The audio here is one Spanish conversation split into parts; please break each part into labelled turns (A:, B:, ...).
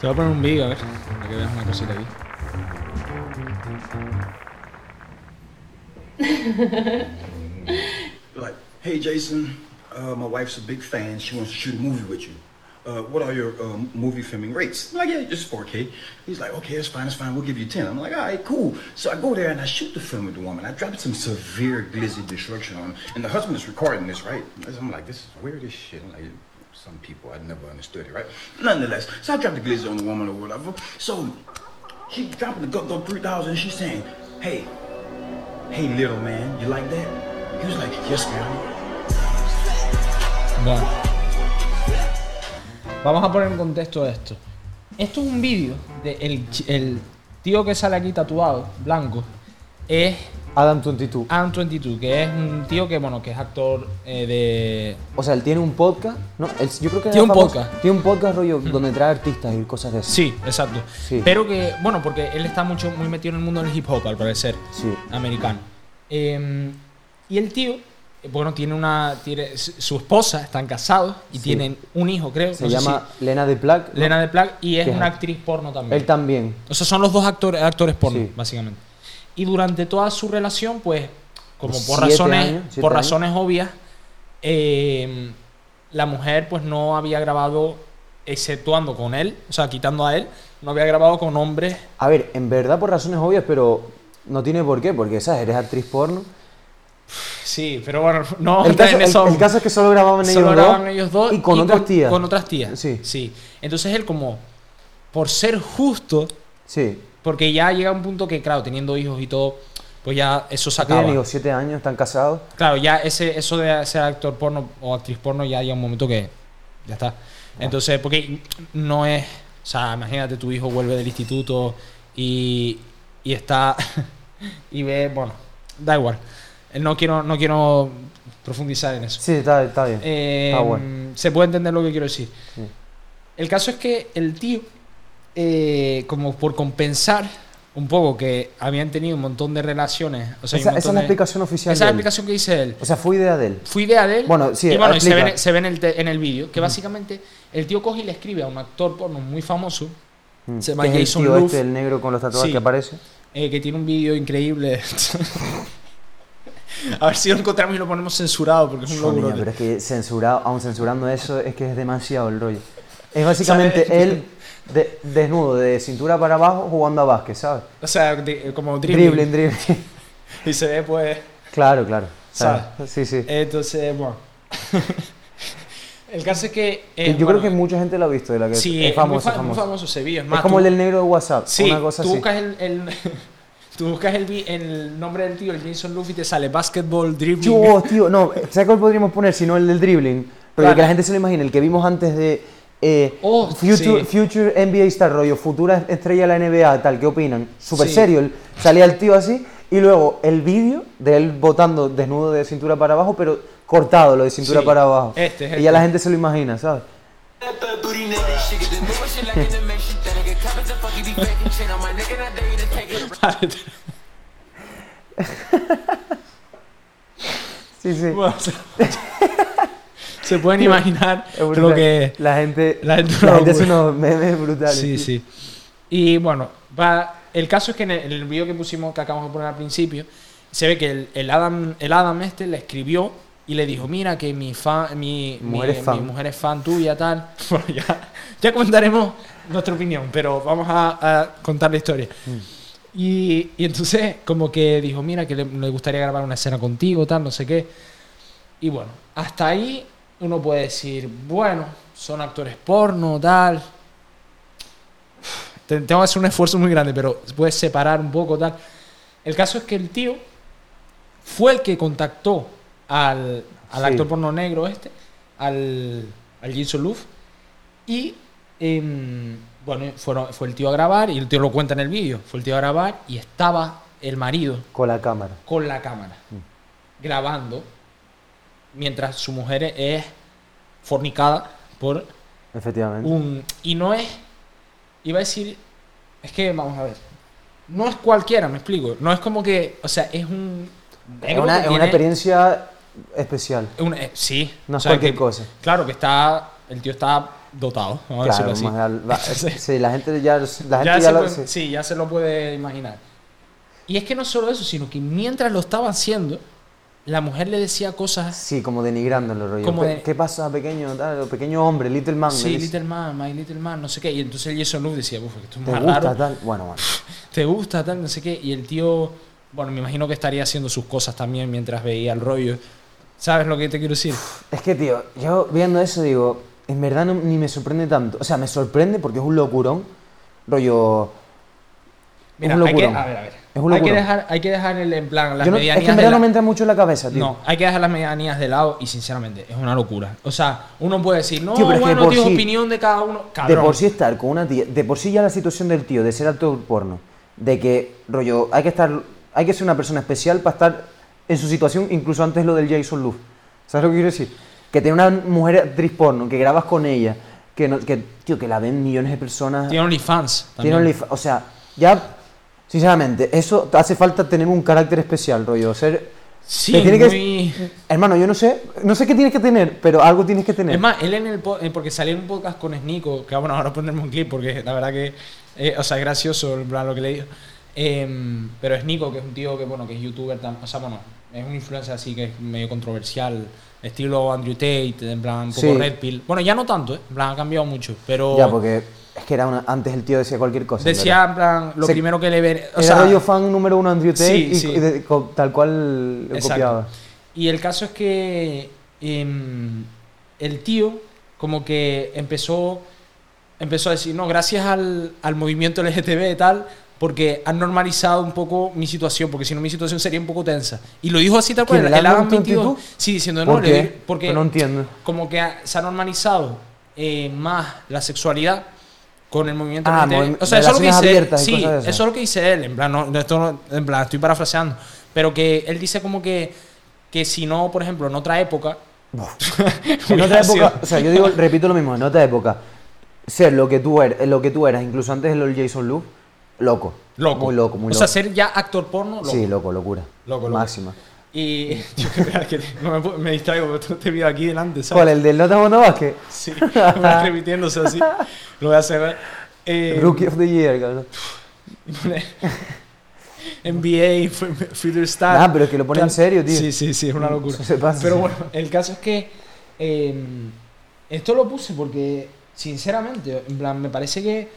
A: Te voy a poner un vídeo, a ver, para que veas una cosita aquí.
B: Like, hey Jason, uh, my wife's a big fan. She wants to shoot a movie with you. Uh, what are your um, movie filming rates? I'm like, yeah, just 4K. He's like, okay, it's fine, it's fine. We'll give you 10. I'm like, all right, cool. So I go there and I shoot the film with the woman. I dropped some severe glizzy destruction on, and the husband is recording this, right? I'm like, this is weird as shit. I'm like, some people I never understood it, right? Nonetheless, so I dropped the glizzy on the woman or whatever. So she dropping the go go 3000. She's saying, hey, hey little man, you like that? He was like, yes, man.
A: Bueno. Vamos a poner en contexto esto. Esto es un vídeo de el, ch- el tío que sale aquí tatuado, blanco. Es
C: Adam 22.
A: Adam 22, que es un tío que, bueno, que es actor eh, de...
C: O sea, él tiene un podcast. No, él- yo creo que
A: Tiene
C: era
A: un
C: famoso.
A: podcast. Mm.
C: Tiene un podcast rollo donde trae artistas y cosas de eso.
A: Sí, exacto.
C: Sí.
A: Pero que, bueno, porque él está mucho, muy metido en el mundo del hip hop, al parecer.
C: Sí.
A: Americano. Eh, y el tío, eh, bueno, tiene una... Tiene, su su esposa, están casados y
C: Sí.
A: tienen un hijo, creo.
C: Se
A: no sé
C: llama Lena de Plaque.
A: si- Lena de Plague y es
C: Que es
A: una
C: act-
A: actriz porno también.
C: Él también.
A: O sea, son los dos actores, actores porno,
C: Sí.
A: básicamente. Y durante toda su relación, pues, como
C: Pues
A: por
C: siete
A: razones,
C: años, siete
A: por
C: años.
A: razones obvias, eh, la mujer, pues, no había grabado, exceptuando con él, o sea, quitando a él, no había grabado con hombres.
C: A ver, en verdad por razones obvias, pero no tiene por qué, porque sabes, eres actriz porno.
A: Sí, pero bueno, no.
C: el, caso,
A: en
C: el-
A: eso-
C: el caso es que solo grababan ellos,
A: Solo
C: dos,
A: grababan ellos dos.
C: y con otras tías.
A: Con otras tías. Sí.
C: Sí.
A: Entonces él, como, por ser justo,
C: Sí.
A: porque ya llega un punto que, claro, teniendo hijos y todo, pues ya eso se acaba.
C: Tienen hijos, siete años, están casados.
A: Claro, ya ese, eso de ser actor porno o actriz porno ya llega un momento que ya está. Entonces, porque no es. O sea, imagínate, tu hijo vuelve del instituto y, y está. y ve. Bueno, da igual. No quiero, no quiero profundizar en eso.
C: Sí, está, está bien.
A: Eh,
C: está bueno.
A: Se puede entender lo que quiero decir.
C: Sí.
A: El caso es que el tío, eh, como por compensar un poco que habían tenido un montón de relaciones. O sea, y un
C: esa, esa es
A: montón
C: la
A: de-
C: explicación
A: Esa
C: oficial.
A: es
C: de
A: la
C: él.
A: explicación que dice él
C: O sea, fue idea de él.
A: fue idea de él.
C: Bueno, sí,
A: y bueno, y se
C: explica.
A: ve, se ve en el, te- en el vídeo que básicamente el tío coge y le escribe a un actor porno muy famoso
C: Mm.
A: se
C: Que
A: llama
C: es
A: Jason
C: el tío
A: Roof.
C: este, el negro con los tatuajes
A: Sí.
C: que aparece.
A: eh, que tiene un vídeo increíble. a ver si lo encontramos y lo ponemos censurado porque es un
C: Coño,
A: logro.
C: pero es que censurado, aún censurando eso, es que es demasiado el rollo. Es básicamente
A: ¿Sabes?
C: él de- desnudo, de cintura para abajo, jugando a básquet, ¿sabes?
A: O sea, de- eh, como dribbling.
C: Dribbling, dribbling.
A: Y se ve pues.
C: Claro, claro. ¿sabes?
A: ¿Sabes? Eh,
C: Sí, sí.
A: Entonces, bueno. el caso es que. eh,
C: Yo
A: bueno,
C: creo que mucha gente lo ha visto, de la que
A: sí, eh,
C: es famoso,
A: muy, fa- muy
C: famoso.
A: famoso ese vídeo. Es,
C: Es
A: más,
C: como
A: tú-
C: el del negro de WhatsApp,
A: Sí,
C: una cosa
A: tú
C: así.
A: buscas el, el- tú buscas el, vi- el nombre del tío, el Jason Luffy, te sale basketball, dribbling.
C: Yo, tío, no, eh, ¿sabes cuál podríamos poner si no el del dribbling? Pero
A: Claro.
C: que la gente se lo imagine, el que vimos antes de eh,
A: Oh,
C: future,
A: sí.
C: future NBA Star, rollo, futura estrella de la NBA, tal, ¿qué opinan? Súper
A: Sí.
C: serio, el- salía el tío así, y luego el vídeo de él botando desnudo de cintura para abajo, pero cortado, lo de cintura
A: Sí,
C: para abajo.
A: este es
C: y ya
A: este.
C: la gente se lo imagina, ¿sabes?
D: That booty nigga, she get the new shit like animation. That nigga covered the fuck, he be faking chain on my nigga. Now they to take it.
C: Sí, sí.
A: Bueno, o sea, se pueden imaginar
C: Es
A: lo
C: brutal.
A: que
C: La gente,
A: la
C: la
A: gente
C: gente,
A: no lo
C: hace
A: puede.
C: unos memes brutales.
A: Sí,
C: tío.
A: sí. Y bueno, va, el caso es que en el, en el vídeo que pusimos, que acabamos de poner al principio, se ve que el, el Adam, el Adam este le escribió y le dijo, mira que mi, fan, mi, mi-
C: Mujer es fan.
A: mi mujer es fan tuya, tal. Bueno, ya, ya comentaremos nuestra opinión, pero vamos a, a contar la historia.
C: Mm.
A: Y, y entonces como que dijo, mira que le, le gustaría grabar una escena contigo, tal, no sé qué. Y bueno, hasta ahí uno puede decir, bueno, son actores porno, tal. Te- Tengo que hacer un esfuerzo muy grande, pero puedes separar un poco, tal. El caso es que el tío fue el que contactó al, al
C: Sí.
A: actor porno negro este, al, al Jason Luff, y em, bueno, fueron- fue el tío a grabar, y el tío lo cuenta en el vídeo, fue el tío a grabar y estaba el marido
C: Con la cámara.
A: con la cámara, grabando, mientras su mujer es fornicada por
C: Efectivamente.
A: un... Y no es... Iba a decir... Es que, vamos a ver. No es cualquiera, me explico. No es como que... O sea, es un...
C: es
A: negro
C: una,
A: que
C: es una
A: tiene
C: experiencia especial.
A: una- eh, sí.
C: No es
A: o sea,
C: cualquier
A: que-
C: cosa.
A: Claro, que está... El tío está dotado. Vamos a
C: Claro,
A: decirlo así.
C: más al- va-
A: Sí.
C: sí, la gente ya, la gente
A: ya
C: ya
A: se
C: lo-
A: puede-
C: sí.
A: sí, ya se lo puede imaginar. Y es que no solo eso, sino que mientras lo estaba haciendo, la mujer le decía cosas.
C: Sí, como denigrándolo, rollo.
A: Como
C: Pe-
A: de-
C: ¿Qué pasa, pequeño, tal, pequeño hombre, little man? le
A: Sí,
C: dice.
A: Little Man, My Little Man, no sé qué. Y entonces Jason Luz decía, "Buf, esto es
C: ¿Te
A: más
C: gusta,
A: raro.
C: tal? Bueno, bueno.
A: te gusta, tal, no sé qué. Y el tío, bueno, me imagino que estaría haciendo sus cosas también mientras veía el rollo. ¿Sabes lo que te quiero decir?
C: Es que, tío, yo viendo eso digo, en verdad no- ni me sorprende tanto. O sea, me sorprende porque es un locurón. Rollo.
A: Mira,
C: un
A: hay que,
C: locurón.
A: a ver, a ver.
C: Es un
A: Hay que
C: locurón.
A: dejar, hay que dejar el, en plan las
C: Yo no- es
A: medianías.
C: que
A: de
C: en verdad
A: la-
C: no me entra mucho en la cabeza, tío.
A: No, hay que dejar las medianías de lado y sinceramente es una locura. O sea, uno puede decir, no,
C: Tío, pero es que
A: bueno,
C: de por
A: tío,
C: sí-
A: opinión de cada uno.
C: de
A: Cabrón.
C: por sí estar con una tía. De por sí ya la situación del tío de ser actor porno. De que, rollo, hay que estar. Hay que ser una persona especial para estar en su situación, incluso antes lo del Jason Luz. ¿Sabes lo que quiero decir? Que tener una mujer actriz porno, que grabas con ella, que, no- que tío, que la ven millones de personas.
A: Tiene OnlyFans
C: Tiene
A: también.
C: OnlyFans. O sea, ya, sinceramente, eso te hace falta tener un carácter especial, rollo. Ser.
A: Sí,
C: te tiene que-
A: muy-
C: Hermano, yo no sé, no sé qué tienes que tener, pero algo tienes que tener.
A: Es más, él en el po- eh, porque salió en un podcast con Snico, que bueno, ahora ponerme un clip porque la verdad que, eh, o sea, es gracioso en plan, lo que le digo. Em, pero Snico, que es un tío que, bueno, que es youtuber, tam- o sea, bueno, es un influencer así que es medio controversial, estilo Andrew Tate, en plan, un poco
C: Sí.
A: Red Pill. Bueno, ya no tanto, eh, en plan, ha cambiado mucho, pero
C: Ya, porque es que era una- antes el tío decía cualquier cosa. en
A: decía, en plan, lo
C: Se-
A: primero que le ve, o
C: Era
A: sea,
C: rollo fan número uno de Andrew Tate
A: Sí,
C: y,
A: sí.
C: y de- co- tal cual lo
A: Exacto.
C: copiaba.
A: Y el caso es que em, el tío como que empezó, empezó a decir, no, gracias al, al movimiento LGTB y tal, porque han normalizado un poco mi situación, porque si no mi situación sería un poco tensa. Y lo dijo así tal cual,
C: ¿Quién,
A: el
C: el Adam
A: Adam 22.
C: Tontitud?
A: Sí, diciendo, no,
C: ¿Por
A: le di-
C: qué? Pues no entiendo.
A: Como que ha- se ha normalizado eh, más la sexualidad con el movimiento
C: Ah,
A: LGTB.
C: movim-
A: o sea, eso es lo que
C: relaciones
A: dice él.
C: abiertas y
A: Sí,
C: cosas de
A: eso
C: esas.
A: es lo que dice él, en plan, no, no, esto no- en plan, estoy parafraseando, pero que él dice como que, que si no, por ejemplo, en otra época,
C: En otra
A: hubiera sido-
C: época, o sea, yo digo, repito lo mismo, en otra época, ser lo que tú, eres, lo que tú eras, incluso antes de lo del Jason Luz, loco.
A: loco.
C: Muy loco, muy
A: O
C: loco.
A: sea, ser ya actor porno, loco.
C: Sí, loco, locura.
A: Loco, loco.
C: Máxima.
A: Y yo creo que no me, puedo- me distraigo porque tengo este video aquí delante, ¿sabes?
C: ¿Cuál? ¿El del Nota Mono Vázquez?
A: Sí, me va repitiéndose así. Lo voy a hacer. Eh,
C: Rookie of the Year, cabrón.
A: NBA, Future Star.
C: Nah, pero es que lo pone en serio, tío. Mm,
A: Sí, sí, sí, es una locura.
C: Eso se pasa.
A: Pero bueno, el caso es que eh, esto lo puse porque, sinceramente, en plan, me parece que,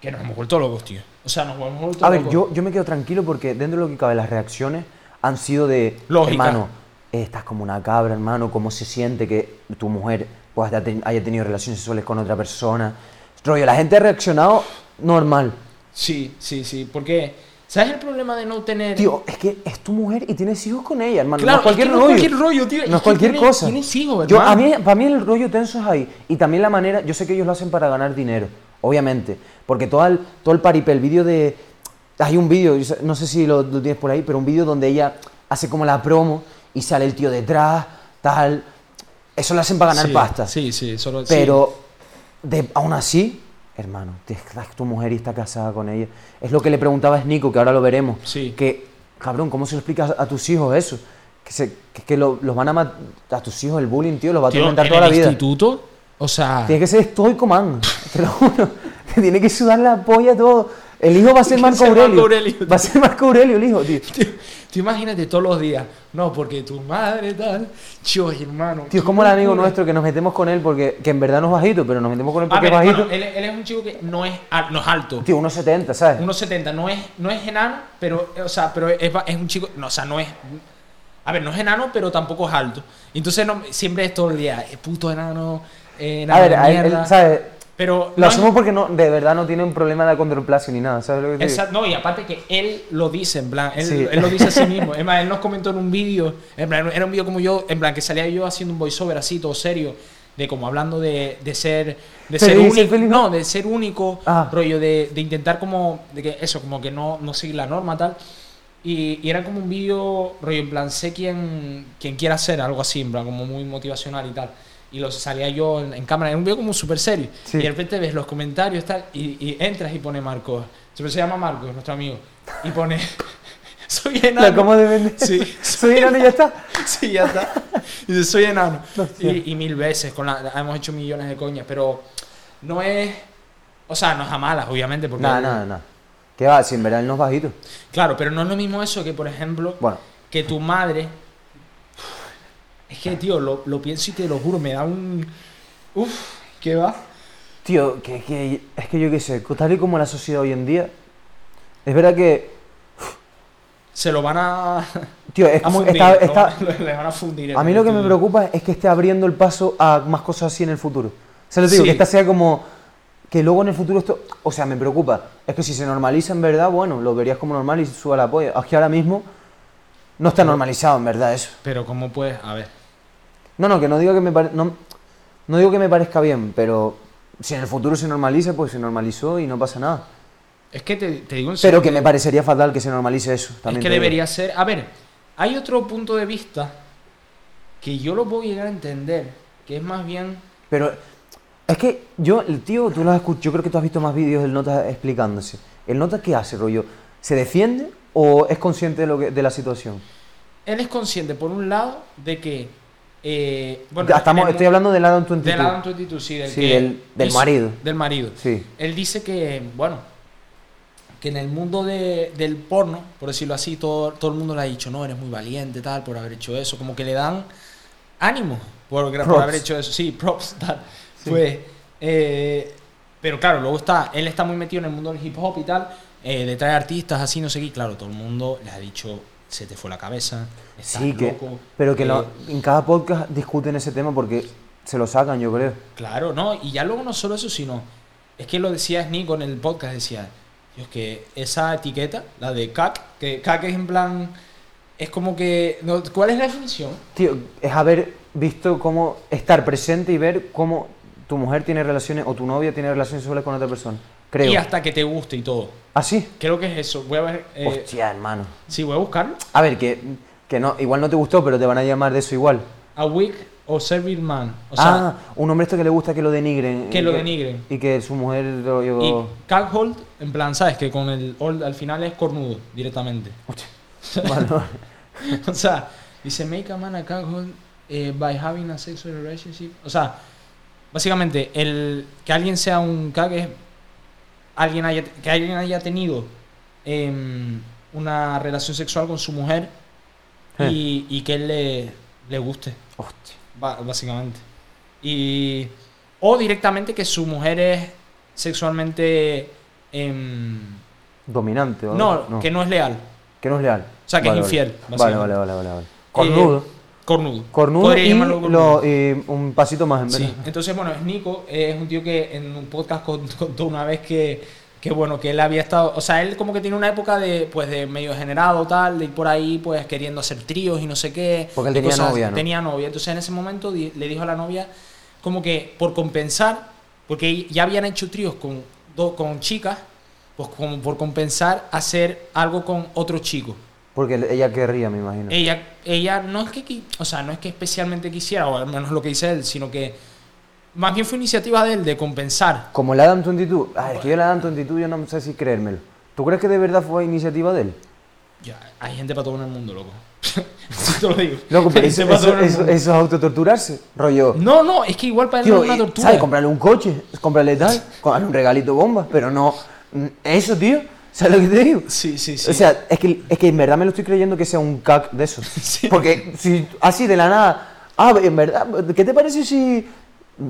A: que nos hemos vuelto locos, tío. O sea, nos hemos vuelto
C: A ver,
A: locos.
C: yo, yo me quedo tranquilo porque dentro de lo que cabe, las reacciones han sido de.
A: Lógica.
C: Hermano, eh, estás como una cabra, hermano. ¿Cómo se siente que tu mujer pues, haya ten- haya tenido relaciones sexuales con otra persona? Rollo, la gente ha reaccionado normal.
A: Sí, sí, sí. Porque, ¿sabes el problema de no tener.
C: Tío, es que es tu mujer y tienes hijos con ella, hermano.
A: Claro,
C: no es cualquier
A: es que no es
C: rollo.
A: cualquier rollo, tío. Es
C: No es
A: que
C: cualquier
A: tiene-
C: cosa.
A: tienes hijos,
C: yo, a
A: hermano.
C: mí, Para mí el rollo tenso es ahí. Y también la manera, yo sé que ellos lo hacen para ganar dinero, obviamente. Porque todo el, todo el paripé, el vídeo de... Hay un vídeo, yo sé- no sé si lo, lo tienes por ahí, pero un vídeo donde ella hace como la promo y sale el tío detrás, tal. Eso lo hacen para ganar
A: sí,
C: pasta.
A: Sí, sí, solo. sí.
C: Pero de- aún así, hermano, te- estás tu mujer y está casada con ella. Es lo que le preguntaba a Nico, que ahora lo veremos.
A: Sí.
C: Que, cabrón, ¿cómo se lo explicas a tus hijos eso? Que, se, que, que lo- los van a matar, a tus hijos el bullying, tío, los va a
A: Tío,
C: tormentar
A: en
C: toda la
A: el
C: vida.
A: instituto, o sea.
C: Tiene que ser estoico, man. Te lo juro. Te tiene que sudar la polla todo. El hijo va a ser
A: Va a
C: Marco
A: ser Marco
C: Aurelio.
A: Aurelio, tío.
C: Va a ser Marco Aurelio el hijo, tío.
A: Tío, tú imagínate todos los días. No, porque tu madre tal. Yo, hermano.
C: Tío, es como el amigo nuestro que nos metemos con él porque, que en verdad no es bajito, pero nos metemos con él
A: A
C: porque
A: ver,
C: es bajito.
A: bueno, eh, él, él Ah, es un chico que no es, al- no es alto.
C: Tío, 1,70, ¿sabes?
A: 1,70. No es, no es enano, pero. eh, O sea, pero es, ba- es un chico. No, o sea, no es. A ver, no es enano, pero tampoco es alto. Entonces, no, siempre es todo el día. eh, Puto enano. eh, enano
C: a ver,
A: de
C: a él, él,
A: mierda.
C: ¿sabes?
A: Pero.
C: Lo
A: no es-
C: asumo porque no, de verdad no tiene un problema de condroplasia ni nada, ¿sabes lo que te digo?
A: Exacto, no, y aparte que él lo dice, en plan, él,
C: Sí.
A: él lo dice a sí mismo. Es más, él nos comentó en un vídeo, en plan, era un vídeo como yo, en plan, que salía yo haciendo un voiceover así, todo serio, de como hablando de, de ser, de ser
C: Feliz, ser
A: único,
C: feliz,
A: no, de ser único,
C: Ah.
A: rollo de, de intentar como, de que eso, como que no, no seguir la norma, tal. Y, y era como un vídeo, rollo, en plan, sé quién, quién quiera ser, algo así, en plan, como muy motivacional y tal. Y lo salía yo en, en cámara, era un vídeo como súper serio.
C: Sí.
A: Y de repente ves los comentarios tal, y, y entras y pone Marcos. Siempre se llama Marcos, nuestro amigo. Y pone. Soy enano.
C: Lo acabo de vender.
A: Sí,
C: Soy enano y ya está.
A: Sí, ya está. Dice, soy enano.
C: sí.
A: y, y mil veces, con la, hemos hecho millones de coñas, pero no es. O sea, no es a malas, obviamente, porque.
C: No, no, no. ¿Qué va? Si en verdad él no es bajito.
A: Claro, pero no es lo mismo eso que, por ejemplo,
C: Bueno.
A: que tu madre. Es que, tío, lo, lo pienso y te lo juro, me da un. Uf, ¿qué va?
C: Tío, que, que- es que yo qué sé, tal y como la sociedad hoy en día, es verdad que,
A: Se lo van a.
C: tío, es
A: a
C: como,
A: fundir,
C: está-
A: lo
C: está-
A: van- le van a fundir. el
C: a mí lo que me
A: tío.
C: preocupa es que esté abriendo el paso a más cosas así en el futuro. O sea, lo digo,
A: Sí.
C: que esta sea como, que luego en el futuro esto, o sea, me preocupa. Es que si se normaliza en verdad, bueno, lo verías como normal y suba la polla. Es que ahora mismo no está normalizado en verdad eso.
A: Pero, ¿cómo puedes.? A ver.
C: No, no, que no digo que me, pare- no, no digo que me parezca bien, pero si en el futuro se normaliza, pues se normalizó y no pasa nada.
A: Es que te, te digo en
C: Pero
A: serio,
C: que me parecería fatal que se normalice eso. También
A: es que
C: te digo.
A: debería ser. A ver, hay otro punto de vista que yo lo puedo llegar a entender, que es más bien.
C: Pero es que yo, el tío, tú lo has escuchado, yo creo que tú has visto más vídeos del Nota explicándose. ¿El Nota qué hace, rollo? ¿Se defiende o es consciente de, lo que, de la situación?
A: Él es consciente, por un lado, de que. eh, bueno,
C: Estamos-
A: en el
C: estoy hablando del Adam 22.
A: Del Adam 22, sí, del,
C: Sí,
A: que
C: del- del
A: hizo-
C: marido.
A: Del marido.
C: Sí.
A: Él dice que, bueno, que en el mundo de- del porno, por decirlo así, todo, todo el mundo le ha dicho, no, eres muy valiente, tal, por haber hecho eso. Como que le dan ánimo por, gra- por
C: Props.
A: haber hecho eso. Sí, props, tal. Pues, eh, pero claro, luego está, él está muy metido en el mundo del hip hop y tal, eh, le trae artistas así, no sé qué. y claro, todo el mundo le ha dicho, se te fue la cabeza, estás
C: Sí, que,
A: loco.
C: pero que
A: eh,
C: lo- en cada podcast discuten ese tema porque se lo sacan, yo creo.
A: Claro, no, y ya luego no solo eso, sino, es que lo decía Sneak en el podcast, decía, Dios, que esa etiqueta, la de CAC, que CAC es en plan, es como que, no, ¿cuál es la definición?
C: Tío, es haber visto cómo estar presente y ver cómo tu mujer tiene relaciones o tu novia tiene relaciones sexuales con otra persona. Creo.
A: Y hasta que te guste y todo.
C: ¿Así?
A: Creo que es eso, voy a ver, eh,
C: Hostia, hermano.
A: sí, voy a buscarlo.
C: A ver, que, que no, igual no te gustó, pero te van a llamar de eso igual.
A: A Weak o Servir Man, o
C: ah,
A: sea,
C: un hombre esto que le gusta que lo denigren.
A: Que
C: y
A: lo denigren.
C: Y que su mujer lo
A: y
C: yo-
A: CAC Hold, en plan, ¿sabes? Que con el Hold al final es cornudo, directamente.
C: Hostia. Vale.
A: O sea, dice make a man a cuckold eh, by having a sexual relationship. O sea, básicamente el que alguien sea un cag es alguien haya, que alguien haya tenido em, una relación sexual con su mujer
C: Eh.
A: y, y que él le, le guste,
C: Hostia.
A: ba- básicamente. Y o directamente que su mujer es sexualmente em,
C: Dominante, ¿o?
A: no, que no es leal,
C: Que no es leal.
A: O sea, que es infiel,
C: Vale,
A: básicamente.
C: vale, vale, vale. vale. Cornudo.
A: Eh, cornudo.
C: cornudo,
A: Podría
C: y,
A: llamarlo cornudo.
C: lo- y un pasito más en
A: Sí,
C: verdad.
A: entonces, bueno, es Nico, eh, es un tío que en un podcast con- contó una vez que, que, bueno, que él había estado, o sea, él como que tiene una época de, pues, de medio generado, tal, de ir por ahí, pues, queriendo hacer tríos y no sé qué.
C: Porque él
A: y
C: tenía
A: cosas así.
C: novia, ¿no?
A: Tenía novia, entonces en ese momento di- le dijo a la novia, como que por compensar, porque ya habían hecho tríos con, do- con chicas, pues como por compensar hacer algo con otro chico.
C: Porque ella querría, me imagino.
A: Ella, ella no es que, qui- o sea, no es que especialmente quisiera, o al menos lo que dice él, sino que más bien fue iniciativa de él de compensar.
C: Como el Adam 22. Ah, es que yo el Adam 22 yo no sé si creérmelo. ¿Tú crees que de verdad fue iniciativa de él?
A: Ya, hay gente para todo en el mundo, loco. Sí te lo digo.
C: Loco, pero
A: Hay
C: eso,
A: gente pa' todo
C: eso,
A: en el
C: eso-
A: mundo.
C: eso es autotorturarse. Rollo.
A: No, no, es que igual para él
C: Tío,
A: es una
C: eh,
A: tortura.
C: ¿sabes? Comprarle un coche, comprarle tal, comprarle un regalito bomba, pero no. mm, Eso, tío. ¿Sabes lo que te digo?
A: Sí, sí, sí.
C: O sea, es que, es que en verdad me lo estoy creyendo que sea un cac de eso.
A: Sí.
C: Porque si así de la nada. Ah, en verdad, ¿qué te parece si.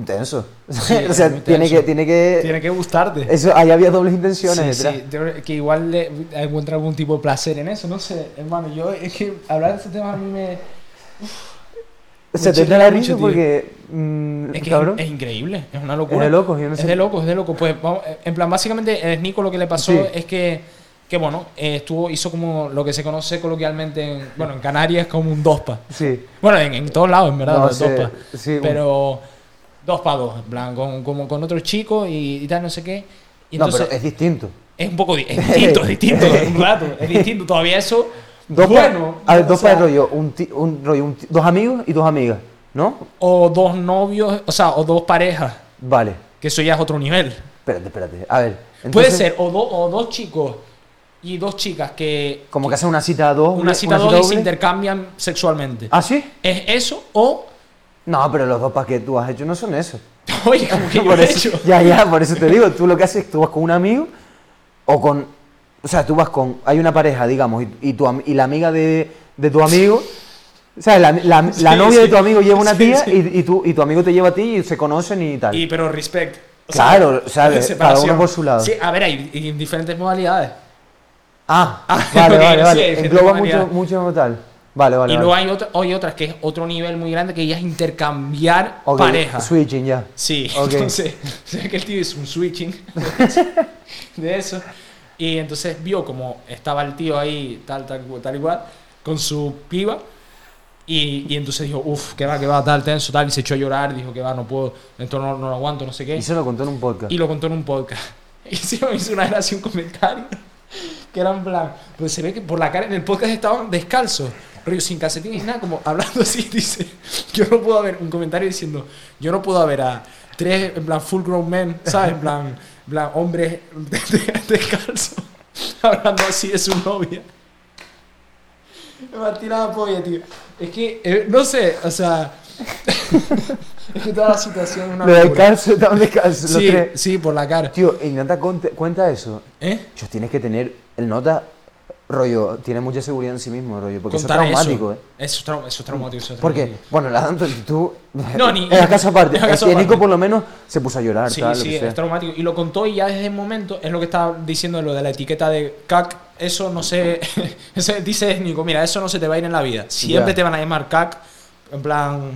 C: Tenso. o
A: es muy
C: sea, tiene
A: tenso.
C: que, tiene que.
A: tiene que gustarte.
C: Eso, ahí había dobles
A: Sí,
C: intenciones
A: sí,
C: eh, detrás.
A: yo- que igual le encuentra algún tipo de placer en eso, no sé, hermano, yo es que hablar de este tema a mí me...
C: O sea,
A: Mucho,
C: te entra la
A: mucho,
C: risa
A: tío.
C: porque. mm,
A: Es que es,
C: cabrón.
A: es increíble, es una locura.
C: Es de locos, yo no
A: Es
C: sé.
A: de locos, es de locos. Pues, vamos, eh, en plan, básicamente, el Nico lo que le pasó
C: Sí.
A: es que, que bueno, eh, estuvo, hizo como lo que se conoce coloquialmente, en, bueno, en Canarias como un dospa.
C: Sí.
A: Bueno, en, en todos lados, en verdad,
C: No,
A: dos
C: sé,
A: pa.
C: sí, un-
A: Pero dos pa dos, en plan, con, como con otro chico y, y tal, no sé qué. Y
C: no,
A: entonces,
C: pero es distinto.
A: es un poco di- es distinto, es distinto, un rato, es distinto. Todavía eso.
C: Dos
A: bueno,
C: pa- a ver,
A: o
C: dos
A: sea,
C: para rollo, un ti- un rollo, un ti- dos amigos y dos amigas, ¿no?
A: O dos novios, o sea, o dos parejas,
C: Vale.
A: que eso ya es otro nivel.
C: Espérate, espérate. A ver.
A: Puede
C: entonces-
A: ser o, do- o dos chicos y dos chicas que.
C: Como que hacen una cita doble.
A: Una cita dos y se
C: doble.
A: intercambian sexualmente.
C: ¿Ah, sí?
A: ¿Es eso o.?
C: No, pero los dos pas que tú has hecho no son eso.
A: Oye, como que yo
C: Por
A: lo he
C: eso-
A: hecho.
C: Ya, ya, por eso te digo, tú lo que haces, tú vas con un amigo o con... O sea, tú vas con... Hay una pareja, digamos, y, y tu, am- y la amiga de, de tu amigo... O sea, la, la- la
A: Sí,
C: novia de
A: sí.
C: tu amigo lleva una
A: Sí,
C: tía
A: sí.
C: Y, y tu, y tu amigo te lleva a ti y se conocen y tal.
A: Y pero respect.
C: Claro, o sea,
A: separación.
C: cada uno por su lado.
A: Sí, a ver, hay hay diferentes modalidades.
C: Ah,
A: Ah,
C: vale,
A: ok,
C: vale,
A: sí,
C: vale.
A: gente
C: Engloba
A: humanidad.
C: mucho, mucho tal. Vale, vale.
A: y
C: vale.
A: luego hay, otra, hay otras que es otro nivel muy grande que ya es intercambiar
C: Ok,
A: pareja.
C: Switching, ya.
A: Sí,
C: Ok.
A: entonces, o sea que el tío hizo un switching de eso. Y entonces vio como estaba el tío ahí, tal, tal, cu- tal y cual, con su piba. Y, y entonces dijo, uff, que va, que va, tal, tenso, tal. Y se echó a llorar, dijo que va, no puedo, esto no, no lo aguanto, no sé qué.
C: Y se lo contó en un podcast.
A: Y lo contó en un podcast. Y se me hizo una gracia un comentario que era en plan, pues se ve que por la cara en el podcast estaban descalzos, rollo sin calcetines, nada, como hablando así, dice, yo no puedo haber un comentario diciendo, yo no puedo haber a tres, en plan, full grown men, ¿sabes? En plan, en plan hombres de- de- descalzos, hablando así de su novia. Me ha tirado polla, tío. Es que, eh, no sé, o sea, es que toda la situación es una
C: Lo del
A: locura.
C: calzo, estamos descalzos, los
A: Sí,
C: tres.
A: sí, por la cara.
C: Tío, Ignata conte- cuenta eso.
A: ¿Eh?
C: Chos, tienes que tener el nota, rollo, tiene mucha seguridad en sí mismo, rollo, porque
A: Contar
C: eso es traumático,
A: eso.
C: ¿eh?
A: Eso es, trau- eso es traumático. Eso es
C: Porque,
A: traumático.
C: bueno, la Danton, tú.
A: No, ni-
C: Es acaso aparte.
A: es acaso
C: Es que Nico,
A: aparte.
C: por lo menos, se puso a llorar,
A: Sí,
C: tal, lo
A: sí,
C: que sea.
A: es traumático. Y lo contó y ya desde el momento, es lo que estaba diciendo lo de la etiqueta de CAC, eso no se... eso dice Nico, mira, eso no se te va a ir en la vida. Siempre
C: Ya.
A: te van a llamar CAC, en plan...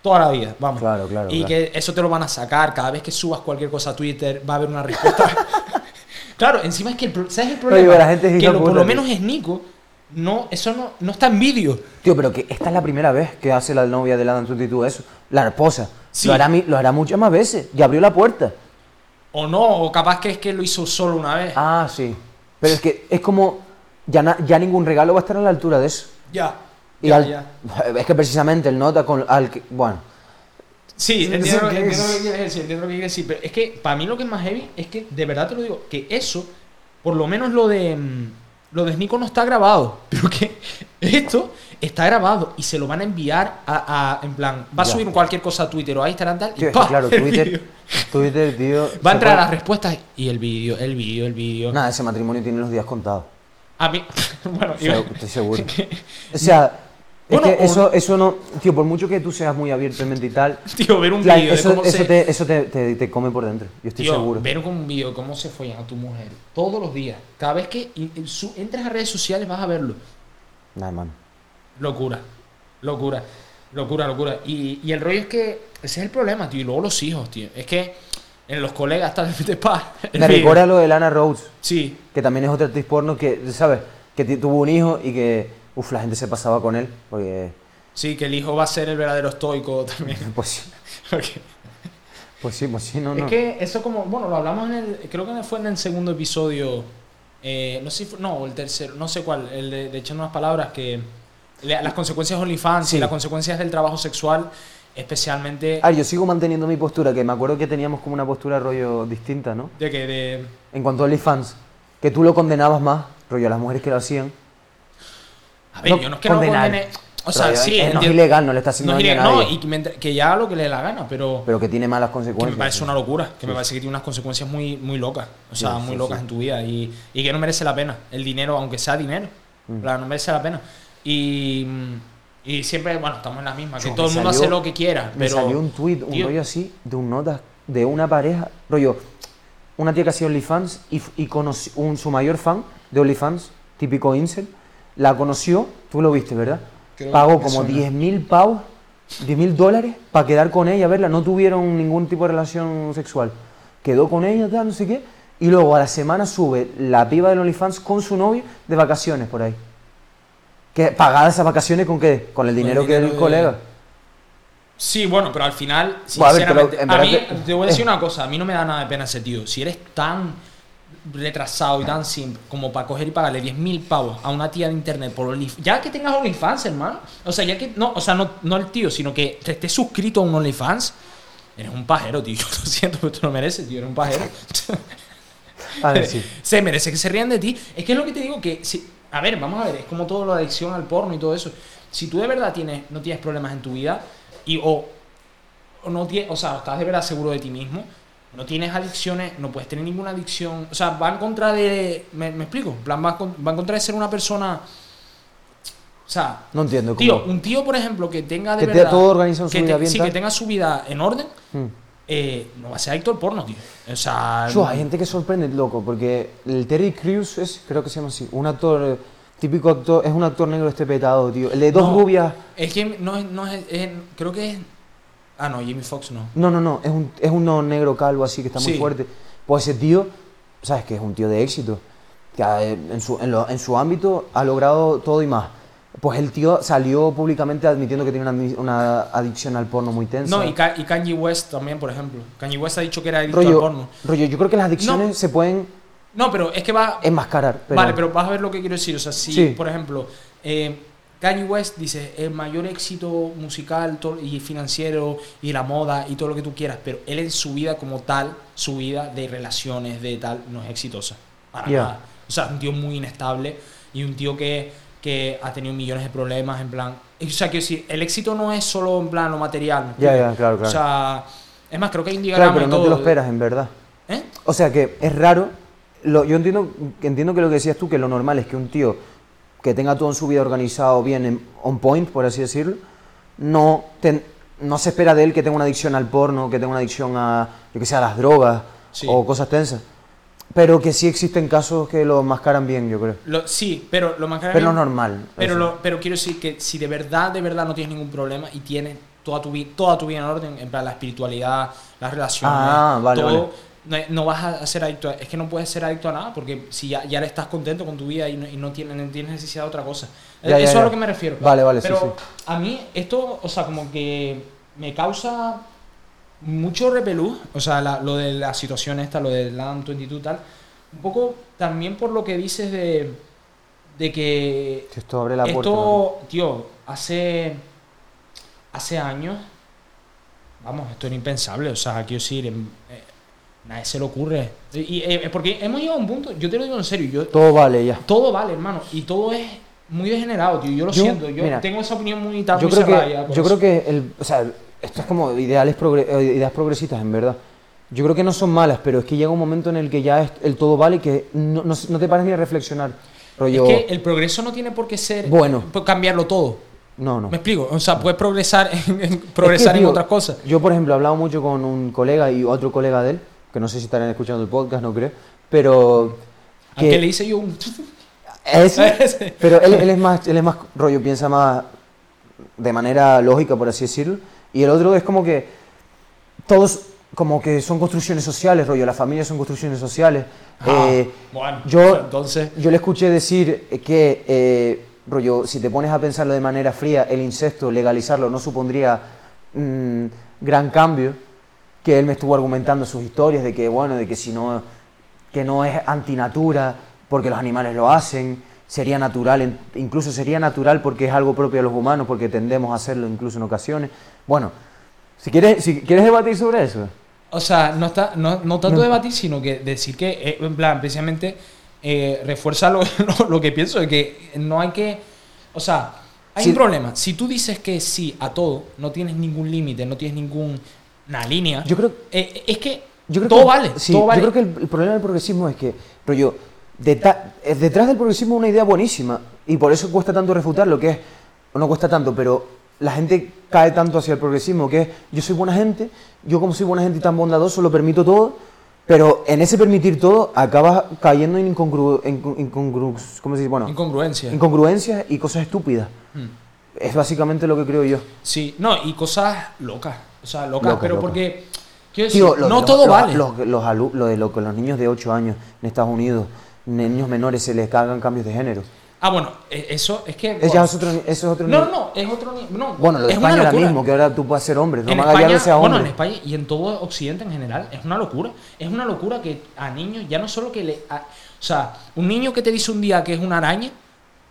A: Toda la vida, vamos.
C: Claro, claro,
A: Y
C: claro.
A: que eso te lo van a sacar. Cada vez que subas cualquier cosa a Twitter, va a haber una respuesta. claro, encima es que el, pro- ¿sabes el problema?
C: la gente es
A: que
C: hija
A: lo-
C: puta,
A: por lo
C: tío.
A: menos es Nico. No, eso no, no está en vídeo.
C: Tío, pero que esta es la primera vez que hace la novia de la Danton y tú eso. La esposa.
A: Sí.
C: Lo, hará, mi- lo hará muchas más veces. Y abrió la puerta.
A: O no, o capaz que es que lo hizo solo una vez.
C: Ah, sí. Pero es que es como. Ya, na- ya ningún regalo va a estar a la altura de eso.
A: Ya.
C: Y
A: ya,
C: al-
A: ya.
C: Es que precisamente el nota con al que. Bueno.
A: Sí,
C: sí,
A: entiendo, lo que-
C: que-
A: entiendo lo que quieres decir, entiendo lo que quieres decir, Pero es que para mí lo que es más heavy es que, de verdad te lo digo, que eso, por lo menos lo de. mm, Lo de Snico no está grabado. Pero que esto está grabado y se lo van a enviar a. a- en plan, va a
C: Ya.
A: subir cualquier cosa a Twitter o a Instagram tal. y
C: Tío, es que
A: ¡pa!
C: claro,
A: el
C: Twitter.
A: vídeo.
C: Twitter, tío.
A: Va a
C: se
A: entrar
C: puede-
A: las respuestas y el vídeo, el vídeo, el vídeo.
C: Nada, ese matrimonio tiene los días contados.
A: A mí. bueno,
C: O
A: iba-
C: sea, estoy seguro. O sea, es
A: Bueno, o-
C: que eso, eso no. Tío, por mucho que tú seas muy abiertamente y tal.
A: tío, ver un
C: la-
A: vídeo de
C: eso
A: cómo
C: eso
A: se.
C: te, eso te, te- te come por dentro. Yo estoy
A: Tío,
C: seguro.
A: ver con un video cómo se follan a tu mujer todos los días. Cada vez que in- en su- entras a redes sociales vas a verlo.
C: Nada, hermano.
A: Locura, locura, locura, locura. Y, y el rollo es que ese es el problema, tío. Y luego los hijos, tío. Es que en los colegas tal vez te pa. el
C: Me
A: vídeo.
C: recuerda lo de Lana Rhodes.
A: Sí,
C: que también es otra actriz porno que, ¿sabes? Que ti- tuvo un hijo y que, uff, la gente se pasaba con él, porque,
A: sí, que el hijo va a ser el verdadero estoico también.
C: pues sí,
A: Ok.
C: pues sí, pues sí, no,
A: Es
C: no.
A: que eso como, bueno, lo hablamos en el, creo que fue en el segundo episodio, eh, no sé si fue, no, o el tercero, no sé cuál, el de, de echando unas palabras que le- las consecuencias de OnlyFans y
C: Sí.
A: las consecuencias del trabajo sexual, especialmente
C: Ah, yo sigo manteniendo mi postura, que me acuerdo que teníamos como una postura rollo distinta, ¿no?
A: de que de...
C: En cuanto a OnlyFans, que tú lo condenabas más, rollo a las mujeres que lo hacían.
A: A ver,
C: No,
A: yo no es que no
C: condenar.
A: condene... O sea,
C: Rollo,
A: sí,
C: eh, no es
A: entiendo-
C: ilegal, no le está haciendo
A: no es
C: daño a
A: ilegal, no,
C: nadie.
A: y que, mientras- que ya haga lo que le dé la gana, pero...
C: Pero que tiene malas
A: que
C: consecuencias.
A: me parece una locura, que me parece que tiene unas consecuencias muy, muy locas, o sea,
C: Sí,
A: muy
C: sí,
A: locas
C: sí.
A: en tu vida y, y que no merece la pena. El dinero, aunque sea dinero,
C: Mm.
A: en plan, no merece la pena. Y, y siempre, bueno, estamos en la misma, que
C: Yo,
A: todo
C: me
A: el mundo
C: salió-
A: hace lo que quiera,
C: Me
A: pero.
C: salió un tweet, un
A: tío,
C: rollo así, de un nota de una pareja, rollo, una tía que hacía OnlyFans y, f- y conoció, un, su mayor fan de OnlyFans, típico incel, la conoció, tú lo viste, ¿verdad?
A: Creo
C: Pagó
A: que me
C: como
A: suena.
C: 10.000 pavos, 10.000 dólares para quedar con ella, verla, no tuvieron ningún tipo de relación sexual. Quedó con ella, tal, no sé qué, y luego a la semana sube la piba del OnlyFans con su novio de vacaciones por ahí. Que, ¿Pagadas esas vacaciones con qué? Con el dinero,
A: dinero
C: que
A: de-
C: el colega.
A: Sí, bueno, pero al final,
C: Bueno, a ver, pero
A: sinceramente,
C: en
A: a
C: verdad
A: mí,
C: que-
A: te voy a decir
C: eh.
A: una cosa, a mí no me da nada de pena ese tío. Si eres tan retrasado y tan simple como para coger y pagarle 10.000 pavos a una tía de internet por OnlyFans, ya que tengas OnlyFans, hermano, o sea, ya que, no, o sea, no, no el tío, sino que te estés suscrito a un OnlyFans, eres un pajero, tío, yo lo siento, pero tú lo mereces, tío, eres un pajero.
C: A ver, sí.
A: se merece que se rían de ti. Es que es lo que te digo que, si, a ver, vamos a ver, es como toda la adicción al porno y todo eso. Si tú de verdad tienes, no tienes problemas en tu vida y o, o no tienes, o sea, estás de verdad seguro de ti mismo, no tienes adicciones, no puedes tener ninguna adicción, o sea, va en contra de, me, me explico, En plan, va, con- va en contra de ser una persona, o sea,
C: No entiendo cómo.
A: tío, un tío por ejemplo que tenga de
C: Que tenga
A: verdad,
C: todo organizado en su
A: que
C: vida bien,
A: sí,
C: tal.
A: que tenga su vida en orden,
C: Mm.
A: eh, no va a ser adicto al porno, tío. O sea,
C: Yo, hay gente que sorprende, loco, porque el Terry Crews es, creo que se llama así, un actor, eh, típico actor, es un actor negro este petado, tío. El de dos
A: no,
C: rubias.
A: Es que no es, no es, es- creo que es, ah no, Jimmy Fox no.
C: No, no, no, es, un, es uno negro calvo así que está muy
A: Sí.
C: fuerte. Pues ese tío, sabes que es un tío de éxito, que ha- en su, en lo- en su ámbito ha logrado todo y más. Pues el tío salió públicamente admitiendo que tiene una, ami- una adicción al porno muy tensa.
A: No, y, Ka- y Kanye West también, por ejemplo. Kanye West ha dicho que era adicto al
C: rollo,
A: porno.
C: rollo, yo creo que las adicciones
A: No.
C: se pueden
A: No, pero es que va,
C: enmascarar. pero-
A: Vale, pero vas a ver lo que quiero decir. O sea, si,
C: Sí.
A: por ejemplo, eh, Kanye West dice el mayor éxito musical to- y financiero y la moda y todo lo que tú quieras, pero él en su vida como tal, su vida de relaciones, de tal, no es exitosa. Para
C: Ya.
A: nada. O sea, un tío muy inestable y un tío que, que ha tenido millones de problemas, en plan. O sea, quiero decir, el éxito no es solo en plan lo material. ¿me
C: Ya,
A: entiendes?
C: ya, claro, claro.
A: O sea, es más, creo que hay un diagrama
C: Claro, pero
A: y
C: no te
A: todo.
C: lo esperas, en verdad.
A: ¿Eh?
C: O sea que es raro. Lo- yo entiendo, entiendo que lo que decías tú, que lo normal es que un tío que tenga todo en su vida organizado bien, en- on point, por así decirlo, no, ten- no se espera de él que tenga una adicción al porno, que tenga una adicción a, yo que sé, a las drogas
A: Sí.
C: o cosas tensas. Pero que sí existen casos que lo mascaran bien, yo creo.
A: Lo- sí, pero lo más grave-
C: Pero lo normal.
A: Pero,
C: eso.
A: lo- pero quiero decir que si de verdad, de verdad no tienes ningún problema y tienes toda tu, vi- toda tu vida en orden, en plan la espiritualidad, las relaciones,
C: Ah, vale,
A: todo, No, no vas a ser adicto. a- es que no puedes ser adicto a nada porque si ya, ya estás contento con tu vida y no, y no tienes, no tienes necesidad de otra cosa. Eh,
C: Ya,
A: Eso
C: ya,
A: es
C: ya.
A: a lo que me refiero.
C: Vale, vale, sí,
A: pero
C: sí.
A: A mí esto, o sea, como que me causa mucho repelús, o sea, la- lo de la situación esta, lo del LAN 22 tal, un poco también por lo que dices de, de que
C: Que Esto abre la puerta. ¿no?
A: esto, tío, hace, hace años, vamos, esto era impensable, o sea, quiero decir, em, eh, nadie se le ocurre. Y, y, eh, porque hemos llegado a un punto, yo te lo digo en serio, yo,
C: Todo vale ya.
A: todo vale, hermano, y todo es muy degenerado, tío, yo lo
C: Yo-
A: siento, yo
C: mira,
A: tengo esa opinión muy, tan
C: yo
A: muy
C: creo
A: cerrada
C: que,
A: ya por
C: yo
A: eso.
C: creo que el, o sea, esto es como ideales progre- eh, ideas progresistas, en verdad. Yo creo que no son malas, pero es que llega un momento en el que ya es- el todo vale que no, no, no te paras ni a reflexionar. Rollo,
A: Es que el progreso no tiene por qué ser
C: Bueno.
A: por cambiarlo todo.
C: no, no.
A: ¿Me explico? O sea, puedes progresar en, en- progresar
C: Es que,
A: en
C: tío,
A: otras cosas.
C: Yo, por ejemplo, he hablado mucho con un colega y otro colega de él, que no sé si estarán escuchando el podcast, no creo, pero...
A: Aunque le hice yo un...
C: Ese.
A: Ese.
C: Pero él, él es más, él es más rollo, piensa más de manera lógica, por así decirlo. Y el otro es como que todos como que son construcciones sociales, rollo, las familias son construcciones sociales.
A: Ah,
C: Eh,
A: bueno,
C: yo,
A: entonces-
C: yo le escuché decir que, eh, rollo, si te pones a pensarlo de manera fría, el incesto, legalizarlo, no supondría mm, gran cambio. Que él me estuvo argumentando sus historias de que, bueno, de que si no, que no es antinatura, porque los animales lo hacen, sería natural, en- incluso sería natural porque es algo propio de los humanos, porque tendemos a hacerlo incluso en ocasiones. Bueno, si quieres, si quieres debatir sobre eso.
A: O sea, no, está, no, no tanto debatir, sino que decir que, eh, en plan, precisamente eh, refuerza lo, lo- lo que pienso, de que no hay que... O sea, hay
C: Sí.
A: un problema. Si tú dices que sí a todo, no tienes ningún límite, no tienes ninguna línea.
C: Yo creo-
A: eh, es que
C: Yo creo
A: todo,
C: que-
A: vale,
C: sí,
A: todo vale.
C: Yo creo que el, el problema del progresismo es que, rollo, deta- eh, detrás del progresismo hay una idea buenísima y por eso cuesta tanto refutarlo, que es, o no cuesta tanto, pero la gente cae tanto hacia el progresismo, que es, yo soy buena gente, yo como soy buena gente y tan bondadoso, lo permito todo, pero en ese permitir todo acabas cayendo en incongru, en, incongru- ¿cómo se dice? Bueno,
A: Incongruencia. Hmm.
C: incongruencias y cosas estúpidas. Es básicamente lo que creo yo.
A: Sí, no, y cosas locas. O sea, locas,
C: Loca,
A: pero
C: loca.
A: porque. Quiero decir,
C: Tío, lo-
A: no
C: lo-
A: todo
C: lo-
A: vale.
C: Los, los alu- lo de lo que los niños de 8 años en Estados Unidos, ni- niños menores, se les cargan cambios de género.
A: Ah, bueno, e- eso es que.
C: Es ya es otro, ni- eso es otro
A: no,
C: ni-
A: no, es otro. ni- No,
C: Bueno, lo de
A: es una
C: España ahora
A: locura.
C: mismo, que ahora tú puedes ser hombre.
A: en
C: Román Gallardo
A: España,
C: sea
A: bueno,
C: hombre.
A: en España y en todo Occidente en general, es una locura. Es una locura que a niños, ya no solo que le. a- o sea, un niño que te dice un día que es una araña,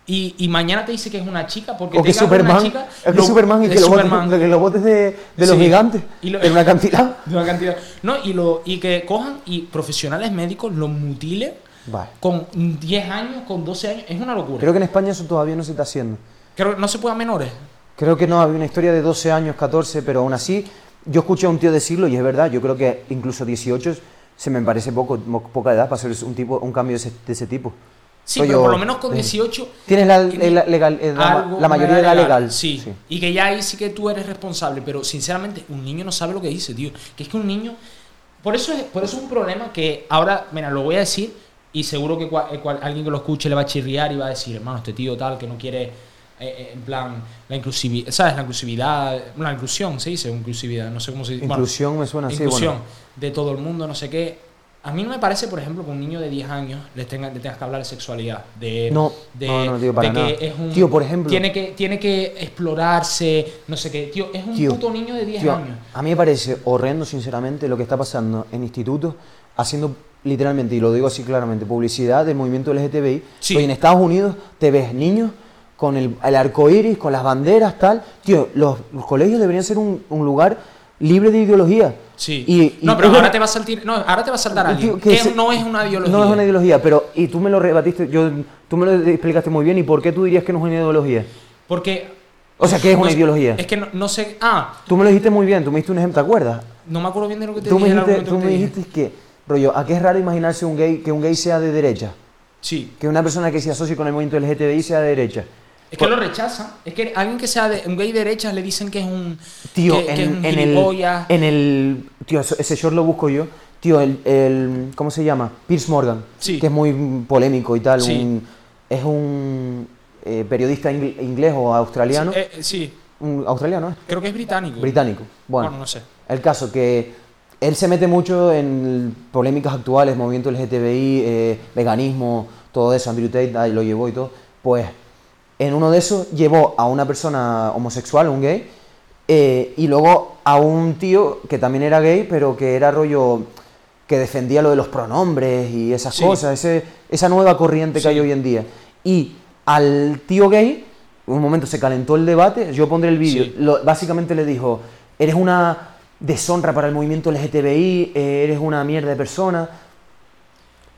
A: Y, y mañana te dice que es una chica porque
C: O
A: te
C: que
A: diga algo
C: Superman,
A: una chica,
C: es que
A: lo-
C: Superman y
A: es
C: que lo botes,
A: Superman.
C: que lo botes de, de los
A: Sí.
C: gigantes
A: Y lo-
C: en una cantidad.
A: de una cantidad. No, y, lo, y que cojan y profesionales médicos los mutilen
C: Vale.
A: con 10 años, con 12 años. Es una locura.
C: Creo que en España eso todavía no se está haciendo.
A: Creo que no se puede a menores.
C: Creo que no, había una historia de 12 años, 14, pero aún así, yo escuché a un tío decirlo y es verdad, yo creo que incluso 18 se me parece poco, mo- poca edad para hacer un, tipo, un cambio de ese, de ese tipo.
A: Sí,
C: Soy
A: pero
C: yo-
A: por lo menos con
C: eh,
A: 18.
C: Tienes la,
A: tiene
C: la- legal- eh, la-
A: algo,
C: la
A: una
C: mayoría de la legal.
A: Sí.
C: Sí.
A: Y que ya ahí sí que tú eres responsable, pero sinceramente un niño no sabe lo que dice, tío. Que es que un niño... Por eso es, por eso es un problema que ahora, mira, lo voy a decir y seguro que cua- eh, cual- alguien que lo escuche le va a chirriar y va a decir, hermano, este tío tal que no quiere, eh, eh, en plan, la inclusividad, ¿sabes? La inclusividad, la inclusión, se dice, inclusividad, no sé cómo se dice. Bueno,
C: Inclusión me suena así,
A: inclusión
C: Ah, bueno.
A: de todo el mundo, no sé qué. A mí no me parece, por ejemplo, que un niño de 10 años le, tenga, le tengas que hablar de sexualidad. De,
C: No,
A: de,
C: no, no, tío, para
A: de que
C: nada.
A: es un-
C: Tío, por ejemplo.
A: Tiene que, tiene que explorarse, no sé qué. Tío, es un
C: Tío,
A: puto niño de 10
C: Tío,
A: años.
C: a mí me parece horrendo, sinceramente, lo que está pasando en institutos, haciendo literalmente, y lo digo así claramente, publicidad del movimiento LGTBI.
A: Sí.
C: Oye, en Estados Unidos te ves niños con el, el arco iris, con las banderas, tal. Tío, los, los colegios deberían ser un, un lugar libre de ideología.
A: Sí.
C: Y- y-
A: no, pero
C: es
A: ahora
C: ver-
A: te va a saltir, no, ahora te va a saltar
C: Tío,
A: alguien.
C: que
A: Que
C: se-
A: no es una ideología.
C: No es una ideología, pero. Y tú me lo rebatiste, yo, tú me lo explicaste muy bien, ¿y por qué tú dirías que no es una ideología?
A: Porque.
C: O sea, ¿qué es una
A: no-
C: ideología?
A: Es que no, no sé. Ah,
C: Tú me lo dijiste muy bien, tú me diste un ejemplo, ¿te acuerdas?
A: no me acuerdo bien de lo que te
C: Tú me
A: dije. el
C: dijiste,
A: argumento
C: tú
A: que
C: me
A: te dije.
C: dijiste que, rollo, ¿a qué es raro imaginarse un gay, que un gay sea de derecha?
A: Sí.
C: Que una persona que se asocie con el movimiento LGTBI sea de derecha.
A: Es que lo rechazan. Es que alguien que sea de, un gay derecha le dicen que es un.
C: Tío,
A: que-
C: en,
A: que es un
C: en el,
A: gilipollas.
C: en el... Tío, eso- ese short lo busco yo. Tío, el, el- ¿Cómo se llama? Pierce Morgan.
A: Sí.
C: Que es muy polémico y tal.
A: Sí.
C: un- es un eh, periodista ingl- inglés o australiano.
A: Sí, eh, sí,
C: un, ¿Australiano es?
A: creo que es británico.
C: Británico. Bueno,
A: Bueno, no sé.
C: El caso que él se mete mucho en polémicas actuales, movimiento LGTBI, eh, veganismo, todo eso, Andrew Tate ahí lo llevó y todo. Pues en uno de esos llevó a una persona homosexual, un gay, eh, y luego a un tío que también era gay, pero que era rollo que defendía lo de los pronombres y esas
A: Sí.
C: cosas, ese- esa nueva corriente que hay hoy en día. Y al tío gay, en un momento se calentó el debate, yo pondré el vídeo,
A: Sí.
C: lo- básicamente le dijo, eres una deshonra para el movimiento LGTBI, eh, eres una mierda de persona.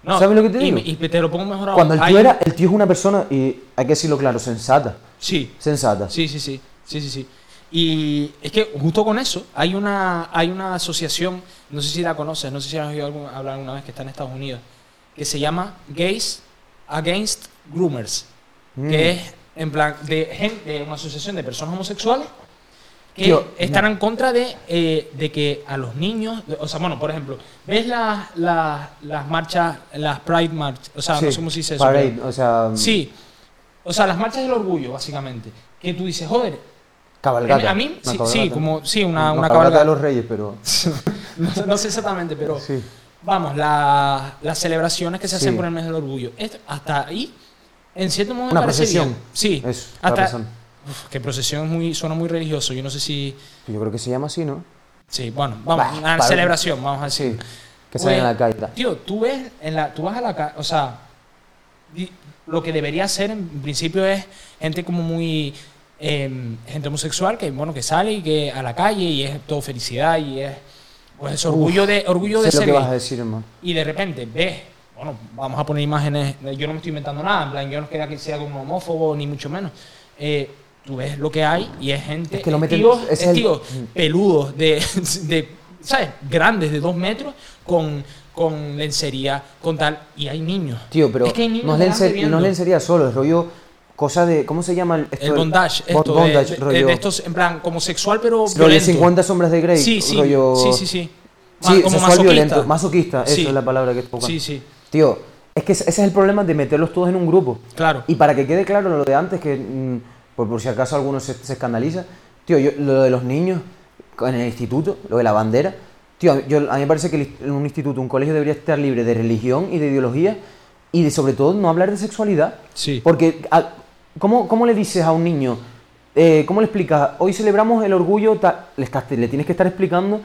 C: ¿Sabes lo que te
A: y-
C: digo?
A: Y, te lo pongo mejor ahora.
C: Cuando el
A: Hay-
C: tío, era, el tío es una persona, y hay que decirlo claro, sensata.
A: Sí,
C: Sensata.
A: sí, sí, sí, sí, sí, sí. Y es que justo con eso hay una, hay una asociación, no sé si la conoces, no sé si has oído algún- hablar alguna vez que está en Estados Unidos, que se llama Gays Against Groomers,
C: Mm.
A: que es en plan de, gen- de una asociación de personas homosexuales que
C: Tío,
A: están en contra de, eh, de que a los niños, o sea, bueno, por ejemplo, ¿ves las, las, las marchas, las Pride March? O sea,
C: Sí,
A: no sé cómo se dice eso.
C: parade,
A: pero-
C: o sea, mm,
A: Sí. O sea, las marchas del orgullo, básicamente. Que tú dices, joder.
C: cabalgata.
A: A mí,
C: una
A: sí,
C: cabalgata.
A: sí, como, sí, una,
C: No,
A: una
C: cabalgata
A: cabalgata.
C: de los reyes, pero...
A: no, sé- no sé exactamente, pero.
C: Sí.
A: Vamos, la- las celebraciones que se hacen
C: Sí.
A: por el mes del orgullo. Esto- hasta ahí, en cierto modo, me
C: Una
A: parece
C: procesión.
A: bien. Sí.
C: Eso, la
A: hasta,
C: procesión.
A: Uf, que procesión es muy, suena muy religioso. Yo no sé si.
C: Yo creo que se llama así, ¿no?
A: Sí, bueno, vamos,
C: Bah,
A: una
C: para-
A: celebración, vamos a decir.
C: Sí. Que salen en
A: Oye,
C: la calle. y tal.
A: Pues, Tío, tú ves, en la, tú vas a la calle, o sea, di- lo que debería ser en principio es gente como muy, em, gente homosexual que, bueno, que sale y que a la calle y es todo felicidad y es, pues eso, orgullo de, orgullo de
C: sé lo
A: ser
C: que
A: gay.
C: vas a decir, hermano.
A: Y de repente ves, bueno, vamos a poner imágenes, yo no me estoy inventando nada, en plan, yo no queda que sea como homófobo ni mucho menos. Eh, tú ves lo que hay y es gente,
C: Es que lo
A: es
C: meten-
A: tíos,
C: ese es
A: es
C: el- Mm.
A: tíos peludos, de, de, ¿sabes? Grandes, de dos metros, con, con lencería, con tal, y hay niños.
C: Tío, pero
A: es que hay niños
C: no, es
A: delante
C: lencer-
A: viendo.
C: no es lencería solo, es rollo cosa de... ¿Cómo se llama? Esto,
A: el bondage,
C: Bo-
A: esto de-
C: bondage,
A: de,
C: rollo...
A: de estos, en plan, como sexual, pero
C: rollo
A: violento.
C: 50 sombras de Grey,
A: sí, sí,
C: rollo...
A: sí, sí, sí. Ma- como
C: Sí, sexual
A: masoquista.
C: violento, masoquista,
A: Sí.
C: eso es la palabra que toca.
A: Sí, sí,
C: Tío, es que ese es el problema de meterlos todos en un grupo.
A: claro.
C: Y para que quede claro lo de antes, que mm, por, por si acaso alguno se, se escandaliza, tío, yo, lo de los niños en el instituto, lo de la bandera, tío, a- yo, a mí me parece que el inst- un instituto, un colegio debería estar libre de religión y de ideología y de sobre todo no hablar de sexualidad.
A: Sí.
C: Porque, a- ¿cómo, cómo le dices a un niño, eh, cómo le explicas, hoy celebramos el orgullo, ta-"? le, estás- le tienes que estar explicando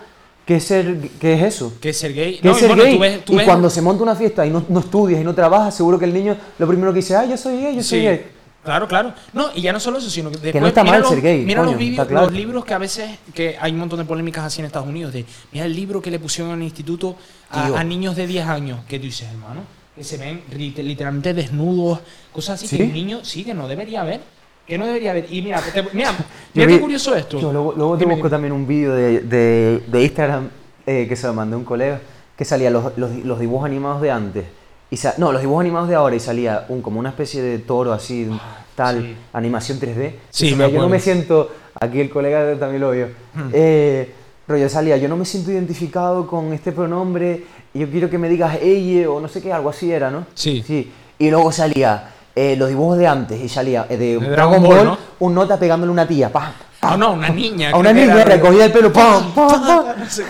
C: qué es, ser, qué es eso?
A: que es ser gay.
C: que
A: No,
C: es
A: y
C: ser
A: bueno,
C: gay.
A: tú ves- tú
C: y
A: ves-
C: cuando se monta una fiesta y no, no estudias y no trabajas, seguro que el niño lo primero que dice, ah, yo soy gay, yo soy
A: Sí.
C: gay.
A: Claro, claro. No, y ya no solo eso, sino que después,
C: no está
A: mira
C: mal
A: los-
C: ser gay,
A: Mira
C: coño,
A: los, vídeos-
C: está claro.
A: los libros que a veces que hay un montón de polémicas así en Estados Unidos. De, mira el libro que le pusieron en el instituto
C: Tío.
A: a, a niños de 10 años. ¿Qué tú dices, hermano? Que se ven ri- literalmente desnudos, cosas así
C: ¿Sí?
A: que un niño sí que no debería haber. Que no debería haber. Y mira, te- mira,
C: Yo
A: mira qué
C: vi-
A: curioso esto.
C: Yo luego, luego te
A: Dime,
C: busco
A: dime.
C: también un vídeo de, de- de Instagram eh, que se lo mandó un colega que salía los, los- los dibujos animados de antes. Y sa- no, los dibujos animados de ahora y salía un, como una especie de toro así, un tal,
A: Ah, sí.
C: animación 3D.
A: Sí, me
C: Y salía, yo no
A: acuerdo. Hmm.
C: me siento, aquí el colega también lo vio. Eh, rollo salía, yo no me siento identificado con este pronombre, y yo quiero que me digas ella o no sé qué, algo así era, ¿no?
A: Sí.
C: sí. Y luego salía eh, los dibujos de antes y salía eh,
A: De
C: de Dragon
A: Dragon
C: Ball,
A: Ball, ¿no?
C: un nota pegándole una tía, pa,
A: Ah, no, una niña.
C: a una
A: creo que
C: niña
A: era-
C: recogida el pelo, ¡pam! ¡pam! ¡pam!
A: No sé.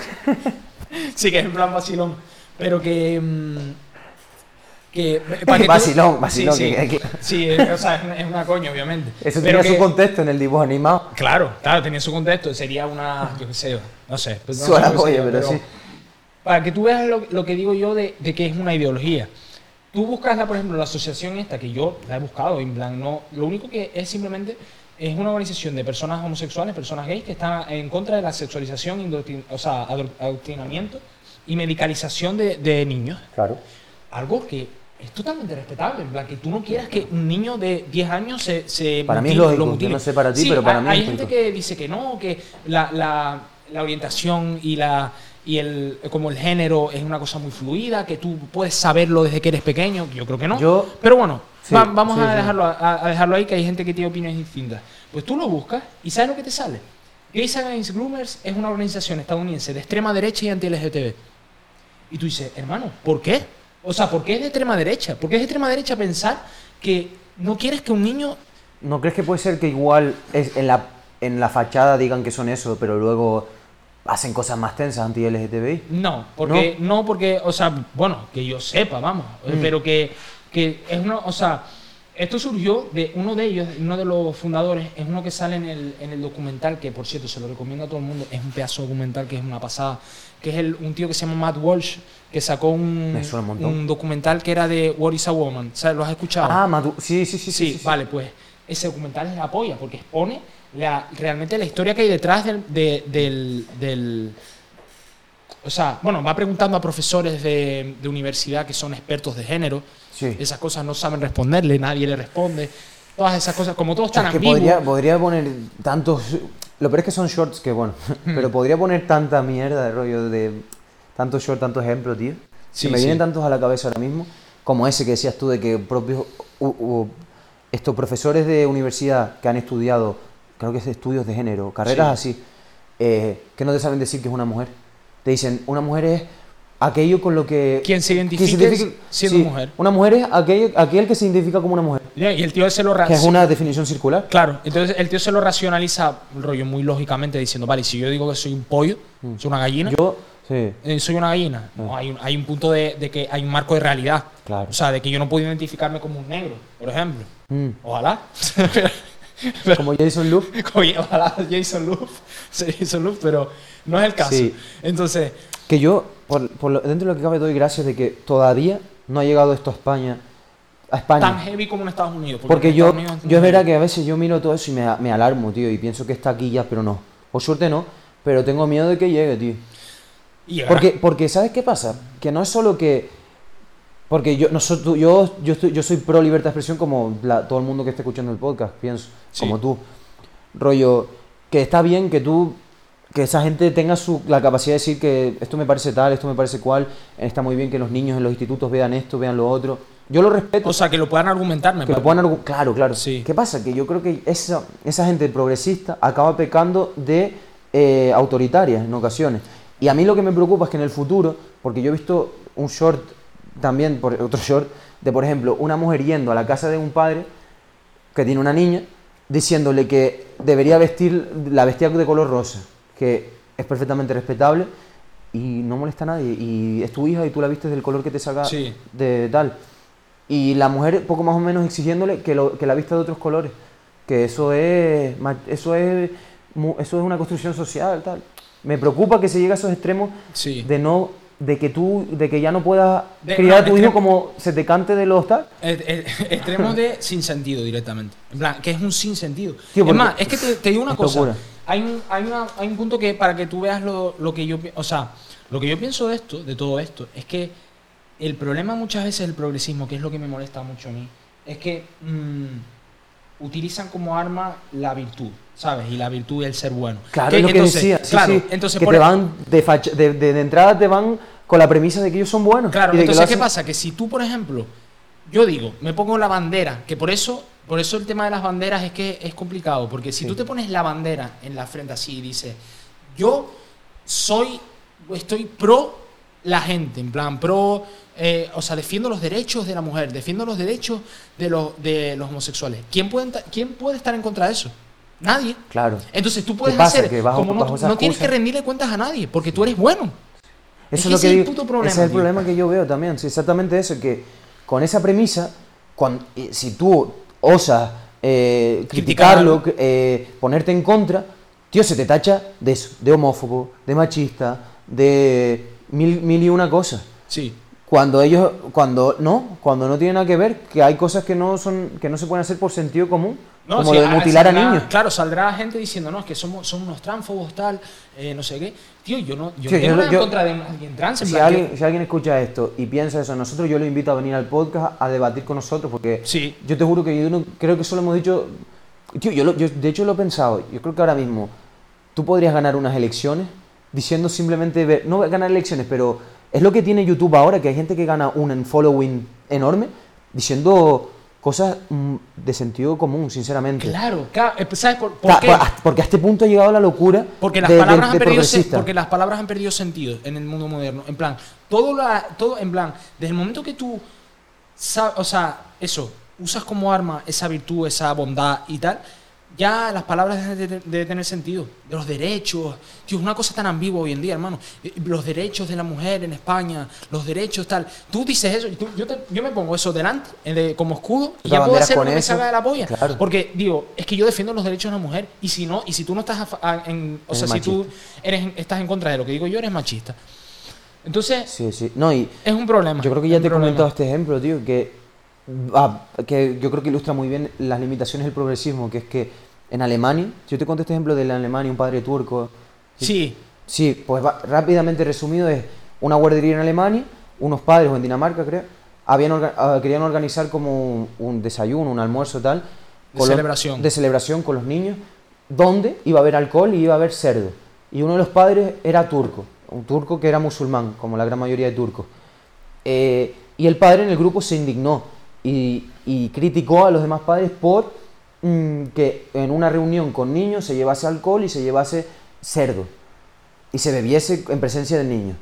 A: sí, que es en plan vacilón. Pero que. mm, que pa' que tú-
C: Vacilón, vacilón,
A: Sí,
C: que-
A: sí,
C: que-
A: Sí, eh, o sea, es una- es una coña, obviamente.
C: Eso
A: Pero
C: tenía su
A: que-
C: contexto en el dibujo animado.
A: Claro, claro, tenía su contexto. Sería una. Yo qué sé, no sé. pues no sé
C: Suena
A: lo que
C: coño,
A: sería,
C: pero sí.
A: Para que tú veas lo, lo que digo yo de, de que es una ideología. Tú buscas, la, por ejemplo, la asociación esta, que yo la he buscado, en plan, no, lo único que es simplemente es una organización de personas homosexuales, personas gays, que están en contra de la sexualización, indoctrin- o sea, ador- adoctrinamiento y medicalización de, de niños.
C: Claro.
A: Algo que es totalmente respetable, en plan, que tú no quieras que un niño de 10 años se... se
C: Para mí es
A: mutile,
C: lógico,
A: lo
C: yo
A: mutile.
C: no sé para ti,
A: Sí,
C: pero para
A: hay-
C: mí es
A: Hay gente
C: lógico.
A: que dice que no, que la, la- la orientación y la y el como el género es una cosa muy fluida, que tú puedes saberlo desde que eres pequeño, yo creo que no.
C: Yo-
A: pero bueno,
C: Sí,
A: va- vamos
C: sí,
A: a,
C: sí.
A: dejarlo, a, a dejarlo ahí, que hay gente que tiene opiniones distintas. Pues tú lo buscas y sabes lo que te sale. Gays Against Groomers es una organización estadounidense de extrema derecha y anti-LGTB. Y tú dices, hermano, ¿por qué? O sea, ¿por qué es de extrema derecha? ¿Por qué es de extrema derecha pensar que no quieres que un niño
C: ¿No crees que puede ser que igual es en, la, en la fachada digan que son eso, pero luego hacen cosas más tensas anti-LGTBI?
A: No, porque ¿No? porque, o sea, bueno, que yo sepa, vamos,
C: Mm.
A: eh, pero que, que es uno, o sea, esto surgió de uno de ellos, uno de los fundadores, es uno que sale en el, en el documental, que por cierto se lo recomiendo a todo el mundo, es un pedazo de documental que es una pasada, que es el, un tío que se llama Matt Walsh, que sacó un,
C: Me suena un montón.
A: un documental que era de What is a Woman, o sea, ¿lo has escuchado?
C: Ah, Madu sí, sí, sí, sí,
A: Sí,
C: sí, sí.
A: vale, pues ese documental es la polla, porque expone la, realmente la historia que hay detrás del, de- del, del- O sea, bueno, va preguntando a profesores de, de universidad que son expertos de género.
C: Sí.
A: Esas cosas no saben responderle, nadie le responde. Todas esas cosas, como todo están
C: Es que
A: ambiguo.
C: podría, podría poner tantos. Lo peor es que son shorts que, bueno. Pero podría poner tanta mierda de rollo de. Tantos shorts, tantos ejemplos, tío.
A: Sí,
C: Se me
A: sí.
C: vienen tantos a la cabeza ahora mismo. Como ese que decías tú de que propios. u- u- estos profesores de universidad que han estudiado, creo que es de estudios de género, carreras así, eh, que no te saben decir que es una mujer. Te dicen, una mujer es aquello con lo que.
A: Quien se identifique siendo mujer.
C: Una mujer es aquel, aquel que se identifica como una mujer.
A: Y el tío se lo
C: Que es
A: raci-
C: una definición circular.
A: Claro, entonces el tío se lo racionaliza, rollo, muy lógicamente, diciendo, vale, si yo digo que soy un pollo,
C: Mm.
A: soy una gallina,
C: Yo, sí.
A: eh, soy una gallina. No, hay, un, hay un punto de, de que hay un marco de realidad.
C: Ah. Claro.
A: O sea, de que yo no puedo identificarme como un negro, por ejemplo.
C: Mm.
A: Ojalá. Pero- pero-
C: Como Jason Luke.
A: oye, ojalá Jason Love sea Jason Love, pero no es el caso.
C: Sí.
A: Entonces,
C: Que yo, por, por lo- dentro de lo que cabe, doy gracias de que todavía no ha llegado esto a España. A España.
A: tan heavy como en Estados Unidos.
C: Porque
A: en
C: yo,
A: Estados Unidos
C: yo es verdad que a veces yo miro todo eso y me, me alarmo, tío, y pienso que está aquí ya, pero no. Por suerte no, pero tengo miedo de que llegue, tío.
A: Y llegará.
C: Porque, porque ¿sabes qué pasa? Que no es solo que... Porque yo, nosotros, yo, yo, estoy- yo soy pro libertad de expresión como la- todo el mundo que esté escuchando el podcast, pienso,
A: Sí.
C: como tú. Rollo, que está bien que tú, que esa gente tenga su, la capacidad de decir que esto me parece tal, esto me parece cual, está muy bien que los niños en los institutos vean esto, vean lo otro. Yo lo respeto.
A: O sea, que lo puedan argumentar, me
C: Que lo
A: parece.
C: puedan argu- Claro, claro.
A: Sí.
C: ¿Qué pasa? Que yo creo que esa, esa gente progresista acaba pecando de eh, autoritaria en ocasiones. Y a mí lo que me preocupa es que en el futuro, porque yo he visto un short también, por, otro short, de por ejemplo, una mujer yendo a la casa de un padre que tiene una niña, diciéndole que debería vestir, la vestía de color rosa, que es perfectamente respetable y no molesta a nadie. Y es tu hija y tú la vistes del color que te saca
A: Sí.
C: de tal. Y la mujer, poco más o menos, exigiéndole que, lo- que la vista de otros colores. Que eso es, ma- eso es, mu- eso es una construcción social, tal. Me preocupa que se llegue a esos extremos
A: Sí.
C: de no de que tú, de que ya no puedas
A: De-
C: criar a
A: no,
C: tu
A: es
C: hijo
A: que-
C: como se te cante de los tal.
A: Eh, eh, extremo de sin sentido directamente. En plan, que es un sin sentido.
C: Tío,
A: es
C: porque-
A: más, es que te, te digo una
C: es
A: cosa.
C: locura.
A: Hay un, hay, una- hay un punto que para que tú veas lo, lo que yo pi- O sea, lo que yo pienso de esto, de todo esto, es que el problema muchas veces del progresismo, que es lo que me molesta mucho a mí, es que mm, utilizan como arma la virtud, ¿sabes? Y la virtud y el ser bueno.
C: Claro, es lo que
A: entonces,
C: decía. sí,
A: claro,
C: sí,
A: entonces
C: que
A: por
C: te
A: e-
C: van de, facha- de, de- de entrada te van con la premisa de que ellos son buenos.
A: Claro,
C: y de que lo
A: entonces, ¿qué
C: hacen-
A: pasa? Que si tú, por ejemplo, yo digo, me pongo la bandera, que por eso, por eso el tema de las banderas es que es complicado, porque si
C: Sí.
A: tú te pones la bandera en la frente así y dices, yo soy, estoy pro la gente, en plan, pro, eh, o sea, defiendo los derechos de la mujer, defiendo los derechos de los, de los homosexuales. ¿Quién puede, enta- ¿Quién puede estar en contra de eso? Nadie.
C: Claro.
A: Entonces tú puedes
C: pasa?
A: hacer,
C: Que bajo-
A: como no,
C: bajo esa
A: no tienes que
C: excusa-
A: rendirle cuentas a nadie, porque tú eres bueno. Es que
C: Eso
A: ese
C: es lo que
A: es el
C: digo.
A: puto problema,
C: ese es el
A: tío.
C: problema que yo veo también. Sí, exactamente eso, que con esa premisa, cuan- eh, si tú osas eh,
A: Criticarlo.
C: criticarlo, cri- eh, ponerte en contra, tío, se te tacha de eso, de homófobo, de machista, de mil, mil y una cosas.
A: Sí.
C: Cuando ellos, cuando no, cuando no tiene nada que ver, que hay cosas que no son, que no se pueden hacer por sentido común,
A: No,
C: como
A: sí,
C: lo de
A: ah,
C: mutilar a
A: saldrá-
C: niños.
A: Claro, saldrá gente diciendo, no, es que somos, son unos tránsfobos, tal, eh, no sé qué. Tío, yo no, yo no
C: Tío,
A: tengo
C: yo-
A: nada en
C: yo-
A: contra de alguien trans. en
C: Si
A: plan,
C: alguien,
A: yo-
C: si alguien escucha esto y piensa eso de nosotros, yo lo invito a venir al podcast a debatir con nosotros, porque
A: Sí.
C: yo te juro que yo no- creo que solo hemos dicho. Tío, yo, lo- yo de hecho lo he pensado. Yo creo que ahora mismo tú podrías ganar unas elecciones diciendo simplemente. ver- no ganar elecciones, pero es lo que tiene YouTube ahora, que hay gente que gana un following enorme diciendo cosas mm, de sentido común, sinceramente.
A: Claro, claro, eh, ¿sabes por, por
C: Ta-
A: qué?
C: por- hasta- Porque a este punto ha llegado la locura.
A: Porque las,
C: de- de-
A: palabras
C: de
A: han perdido sen-
C: progresista.
A: porque las palabras han perdido sentido en el mundo moderno. En plan, todo, la, todo en plan, desde el momento que tú, sa- o sea, eso, usas como arma esa virtud, esa bondad y tal, ya las palabras dejan de, de tener sentido. De los derechos, tío, es una cosa tan ambigua hoy en día, hermano. Eh, Los derechos de la mujer en España, los derechos tal. Tú dices eso, y tú- yo, te- yo me pongo eso delante, eh, de- como escudo, y ya puedo
C: Las banderas
A: hacer lo
C: con
A: que me
C: eso,
A: salga de la polla.
C: claro.
A: Porque, digo, es que yo defiendo los derechos de la mujer, y si no, y si tú no estás a fa- a- en, o
C: Es
A: sea, si tú
C: machista.
A: eres, estás en contra de lo que digo yo, eres machista. Entonces,
C: Sí, sí. No, y.
A: es un problema.
C: Yo creo que ya
A: es
C: te
A: un
C: he
A: problema.
C: comentado este ejemplo, tío, que, ah, que yo creo que ilustra muy bien las limitaciones del progresismo, que es que en Alemania, yo te conté este ejemplo de la Alemania, un padre turco.
A: Sí,
C: Sí, pues va- rápidamente resumido es una guardería en Alemania, unos padres o en Dinamarca, creo, habían orga- ah, querían organizar como un, un desayuno, un almuerzo tal.
A: De
C: con los-
A: celebración.
C: de celebración con los niños, donde iba a haber alcohol y iba a haber cerdo. Y uno de los padres era turco, un turco que era musulmán, como la gran mayoría de turcos. Eh, y el padre en el grupo se indignó y, y criticó a los demás padres por mm, que en una reunión con niños se llevase alcohol y se llevase cerdo y se bebiese en presencia del niño.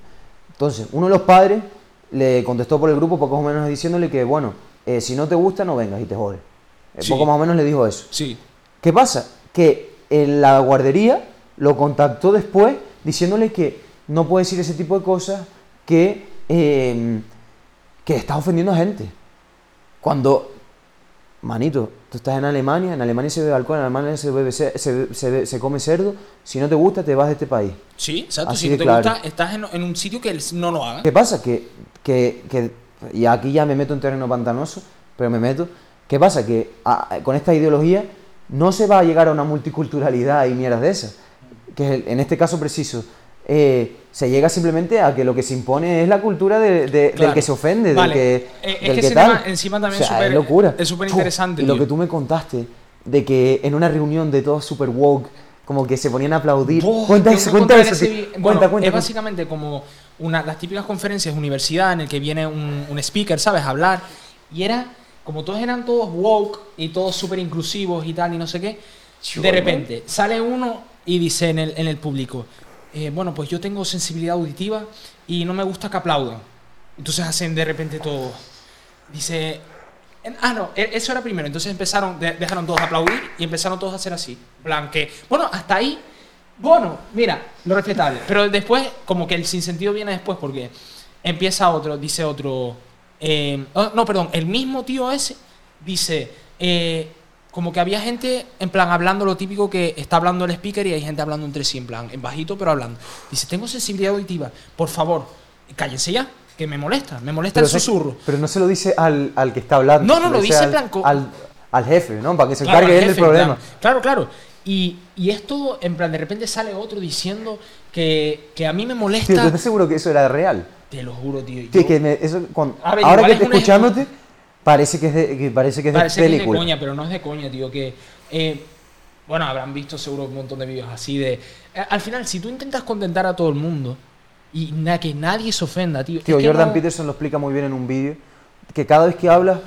C: Entonces, uno de los padres le contestó por el grupo, poco o menos diciéndole que, bueno, eh, si no te gusta, no vengas y te jodes. Eh,
A: Sí.
C: Poco más o menos le dijo eso.
A: sí.
C: ¿Qué pasa? Que en la guardería lo contactó después diciéndole que no puede decir ese tipo de cosas, que, eh, que estás ofendiendo a gente. Cuando, manito, tú estás en Alemania, en Alemania se bebe alcohol, en Alemania se, bebe ce- se, be- se be- se come cerdo, si no te gusta te vas de este país.
A: Sí, exacto.
C: Así
A: si
C: de
A: no te
C: claro.
A: gusta, estás en, en un sitio que el- no lo haga.
C: ¿Qué pasa? Que, que, que- y aquí ya me meto en terreno pantanoso, pero me meto. ¿Qué pasa? Que a- con esta ideología no se va a llegar a una multiculturalidad y mierdas de esas. Que es el- en este caso preciso, eh, se llega simplemente a que lo que se impone es la cultura de- de-
A: Claro.
C: del que se ofende,
A: Vale.
C: del que,
A: Eh, es
C: del
A: que
C: que
A: ese
C: tal.
A: tema encima también
C: O sea,
A: es
C: es
A: súper-
C: locura.
A: es súper
C: Chu,
A: interesante,
C: Y lo
A: tío.
C: que tú me contaste, de que en una reunión de todos super woke, como que se ponían a aplaudir.
A: Buah,
C: cuenta
A: tengo
C: eso,
A: que
C: cuenta
A: contar
C: eso.
A: ese
C: tío.
A: vi-
C: Cuenta,
A: bueno,
C: cuenta,
A: Es
C: cuenta.
A: básicamente como una, las típicas conferencias de universidad en el que viene un, un speaker, ¿sabes? A hablar. Y era, como todos eran todos woke y todos súper inclusivos y tal y no sé qué, de repente sale uno y dice en el, en el público, eh, bueno, pues yo tengo sensibilidad auditiva y no me gusta que aplaudan. Entonces hacen de repente todo. Dice. en- ah, no, e- eso era primero. Entonces empezaron, de- dejaron todos aplaudir y empezaron todos a hacer así. en plan que, Bueno, hasta ahí. Bueno, mira, lo respetable. Pero después, como que el sinsentido viene después porque empieza otro, dice otro. eh, oh, no, perdón, el mismo tío ese dice. eh, como que había gente en plan hablando lo típico que está hablando el speaker y hay gente hablando entre sí, en plan, en bajito pero hablando. Dice, tengo sensibilidad auditiva, por favor, cállense ya, que me molesta, me molesta
C: Pero
A: el
C: se-
A: susurro.
C: Pero no se lo dice al, al que está hablando.
A: No, no,
C: se
A: lo
C: dice
A: dice
C: al-
A: Blanco.
C: Al, al jefe, ¿no? Para que se
A: Claro,
C: encargue
A: al
C: él del
A: jefe, en
C: problema.
A: plan, Claro, claro. Y, y es todo, en plan, de repente sale otro diciendo que, que a mí me
C: Tío, ¿tú
A: molesta.
C: estás seguro que eso era real?
A: Te lo juro, tío.
C: Tío,
A: yo-
C: que me- eso, cuando-
A: A ver,
C: ahora
A: igual
C: que
A: es
C: estoy
A: una-
C: escuchándote, parece que es de, que parece que es de
A: Parece que es de
C: película.
A: coña, pero no es de coña, tío. Que, eh, bueno, habrán visto seguro un montón de vídeos así de... eh, Al final, si tú intentas contentar a todo el mundo y na- que nadie se ofenda, tío...
C: Tío,
A: es que
C: Jordan
A: no-
C: Peterson lo explica muy bien en un vídeo, que cada vez que hablas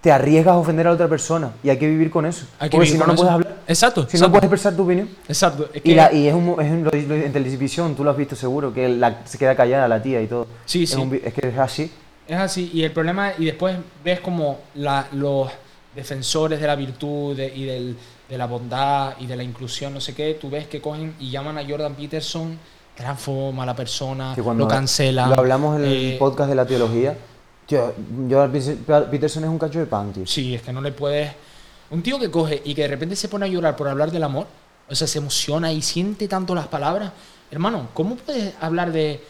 C: te arriesgas a ofender a otra persona y hay que vivir con eso.
A: hay que
C: Porque
A: vivir
C: si no,
A: con
C: no
A: eso.
C: puedes hablar,
A: Exacto,
C: si
A: exacto,
C: no puedes expresar tu opinión.
A: exacto, es
C: Y,
A: que-
C: la, y es un, es un- lo- lo- en televisión, tú lo has visto seguro, que la- se queda callada la tía y todo.
A: Sí,
C: es,
A: sí.
C: un vi- es que es así.
A: Es así, y el problema, y después ves como la- los defensores de la virtud de- y del- de la bondad y de la inclusión, no sé qué, tú ves que cogen y llaman a Jordan Peterson transfo, mala persona,
C: que cuando
A: Ah, lo cancelan.
C: Lo hablamos en el
A: eh,
C: podcast de la teología. Tío, Jordan Peterson- Peterson es un cacho de pan, tío.
A: Sí, es que no le puedes... Un tío que coge y que de repente se pone a llorar por hablar del amor, o sea, se emociona y siente tanto las palabras. Hermano, ¿cómo puedes hablar de...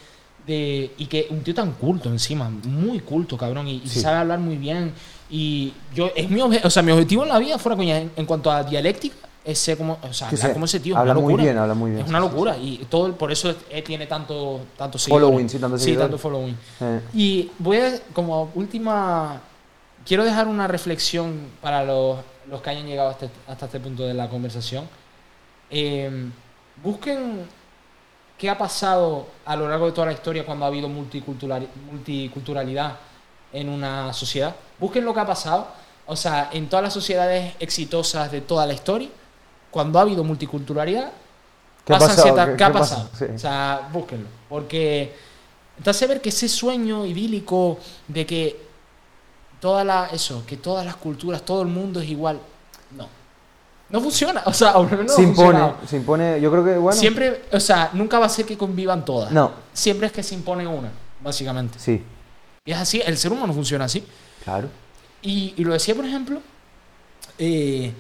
A: de- y que un tío tan culto encima, muy culto, cabrón, y, y
C: Sí.
A: sabe hablar muy bien. Y yo, es mi, obje- o sea, mi objetivo en la vida, fuera coña, en, en cuanto a dialéctica, es ser como, o sea,
C: Sí,
A: hablar
C: sí,
A: como ese tío. es
C: habla
A: una
C: muy
A: locura.
C: bien, habla muy bien,
A: Es una
C: sí, sí,
A: locura. Y todo, el- por eso es- eh, tiene tanto, tanto
C: Following, sí, tanto
A: Sí,
C: seguidores.
A: tanto following.
C: Eh.
A: Y voy a, como última, quiero dejar una reflexión para los, los que hayan llegado hasta, hasta este punto de la conversación. Eh, busquen qué ha pasado a lo largo de toda la historia cuando ha habido multicultural- multiculturalidad en una sociedad. Busquen lo que ha pasado, o sea, en todas las sociedades exitosas de toda la historia, cuando ha habido multiculturalidad,
C: ¿Qué ha
A: pasan
C: pasado?
A: ciertas-
C: ¿Qué-
A: ¿qué
C: qué
A: ha
C: pasa?
A: pasado?
C: Sí.
A: O sea, búsquenlo. Porque te hace ver que ese sueño idílico de que toda la, eso, que todas las culturas, todo el mundo es igual, no. No funciona. O sea, o al menos no
C: se
A: ha
C: impone,
A: funcionado.
C: se impone, yo creo que, bueno,
A: Siempre, o sea, nunca va a ser que convivan todas.
C: No.
A: Siempre es que se impone una, básicamente.
C: sí,
A: Y es así, el ser humano funciona así.
C: claro.
A: Y, y lo decía, por ejemplo, eh,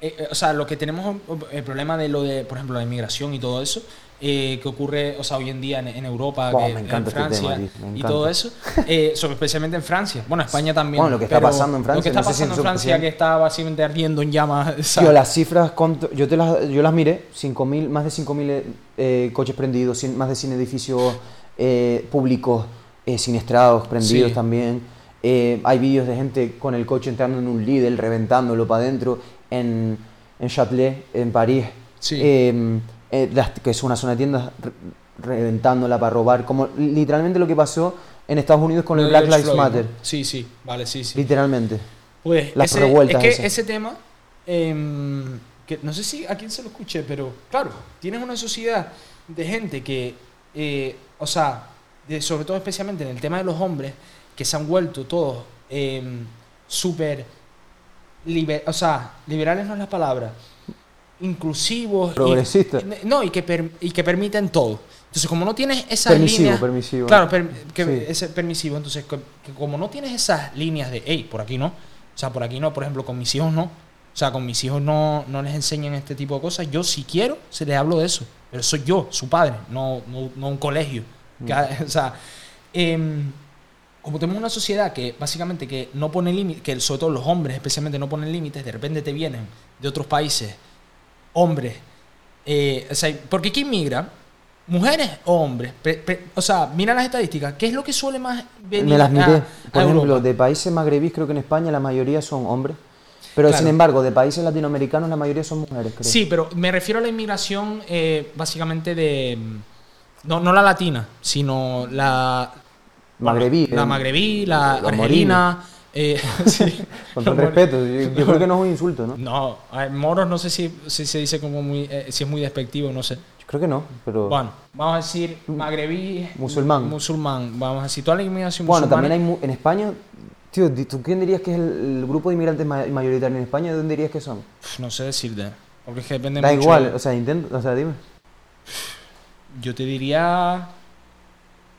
A: eh, eh, o sea, lo que tenemos, eh, el problema de lo de, por ejemplo, la inmigración y todo eso, eh, que ocurre, o sea, hoy en día en, en Europa,
C: Buah,
A: que-
C: me encanta
A: en
C: este
A: Francia
C: tema, tío, me
A: y todo
C: encanta.
A: eso, eh, sobre- especialmente en Francia, bueno, España también.
C: Bueno, lo que está
A: pero
C: pasando en
A: Lo que
C: Francia,
A: está
C: no sé si en
A: pasando en
C: su-
A: Francia, que está básicamente ardiendo en llamas. ¿sabes?
C: Tío, las cifras, cuánto- yo, te las, yo las miré, 5.000, más de 5.000 eh, coches prendidos, 100 más de 100 edificios eh, públicos eh, siniestrados, prendidos
A: Sí.
C: también. Eh, hay vídeos de gente con el coche entrando en un Lidl, reventándolo para adentro, en, en Châtelet, en París,
A: Sí.
C: Eh, eh, las- que es una zona de tiendas, re- reventándola para robar, como literalmente lo que pasó en Estados Unidos con
A: Lo
C: el
A: de
C: Black
A: George
C: Lives
A: Floyd, ¿no?
C: Matter,
A: Sí, sí, vale, sí, sí.
C: literalmente.
A: Pues
C: Las
A: ese-
C: revueltas
A: Es que
C: esas.
A: ese tema, em, que no sé si a quién se lo escuché, pero claro, tienes una sociedad de gente que, eh, o sea, de- sobre todo especialmente en el tema de los hombres, que se han vuelto todos em, súper, liber- o sea, liberales no es la palabra, inclusivos. y-
C: Progresistas.
A: no, y que, per- y que permiten todo. Entonces, como no tienes esas
C: Permisivo,
A: líneas...
C: permisivo.
A: Claro, per- que
C: Sí.
A: ese permisivo. Entonces, que, que como no tienes esas líneas de, hey, por aquí no. O sea, por aquí no, por ejemplo, con mis hijos no. O sea, con mis hijos no, no les enseñan este tipo de cosas. Yo, si quiero, se les hablo de eso. Pero soy yo, su padre, no, no, no un colegio.
C: Mm.
A: Que- o sea, em, como tenemos una sociedad que básicamente que no pone límites, que sobre todo los hombres especialmente no ponen límites, de repente te vienen de otros países hombres. eh, o sea, ¿Por qué que inmigran? ¿Mujeres o hombres? Pre- pre- o sea, mira las estadísticas. ¿Qué es lo que suele más venir
C: Me las
A: a-
C: miré.
A: ah, a
C: Por ejemplo,
A: Europa?
C: de países magrebíes creo que en España la mayoría son hombres. Pero
A: Claro.
C: sin embargo, de países latinoamericanos la mayoría son mujeres, creo.
A: Sí, pero me refiero a la inmigración eh, básicamente de... No, no la latina, sino la...
C: Magrebí.
A: La
C: eh,
A: magrebí, la
C: los
A: argelina... eh, sí,
C: Con todo
A: los mor-
C: respeto, yo, yo creo que no es un insulto, ¿no?
A: No, a ver, moros no sé si, si se dice como muy... eh, si es muy despectivo, no sé.
C: Yo creo que no, pero... Bueno,
A: Bueno, vamos a decir magrebí...
C: Musulmán.
A: Musulmán, vamos a decir toda la inmigración musulmana.
C: también hay... mu- En España, tío, di- ¿tú quién dirías que es el, el grupo de inmigrantes ma- mayoritario en España? ¿De dónde dirías que son?
A: Pf, No sé decirte. Porque es que depende
C: Da
A: mucho.
C: igual, o sea, intento, o sea, dime.
A: Yo te diría.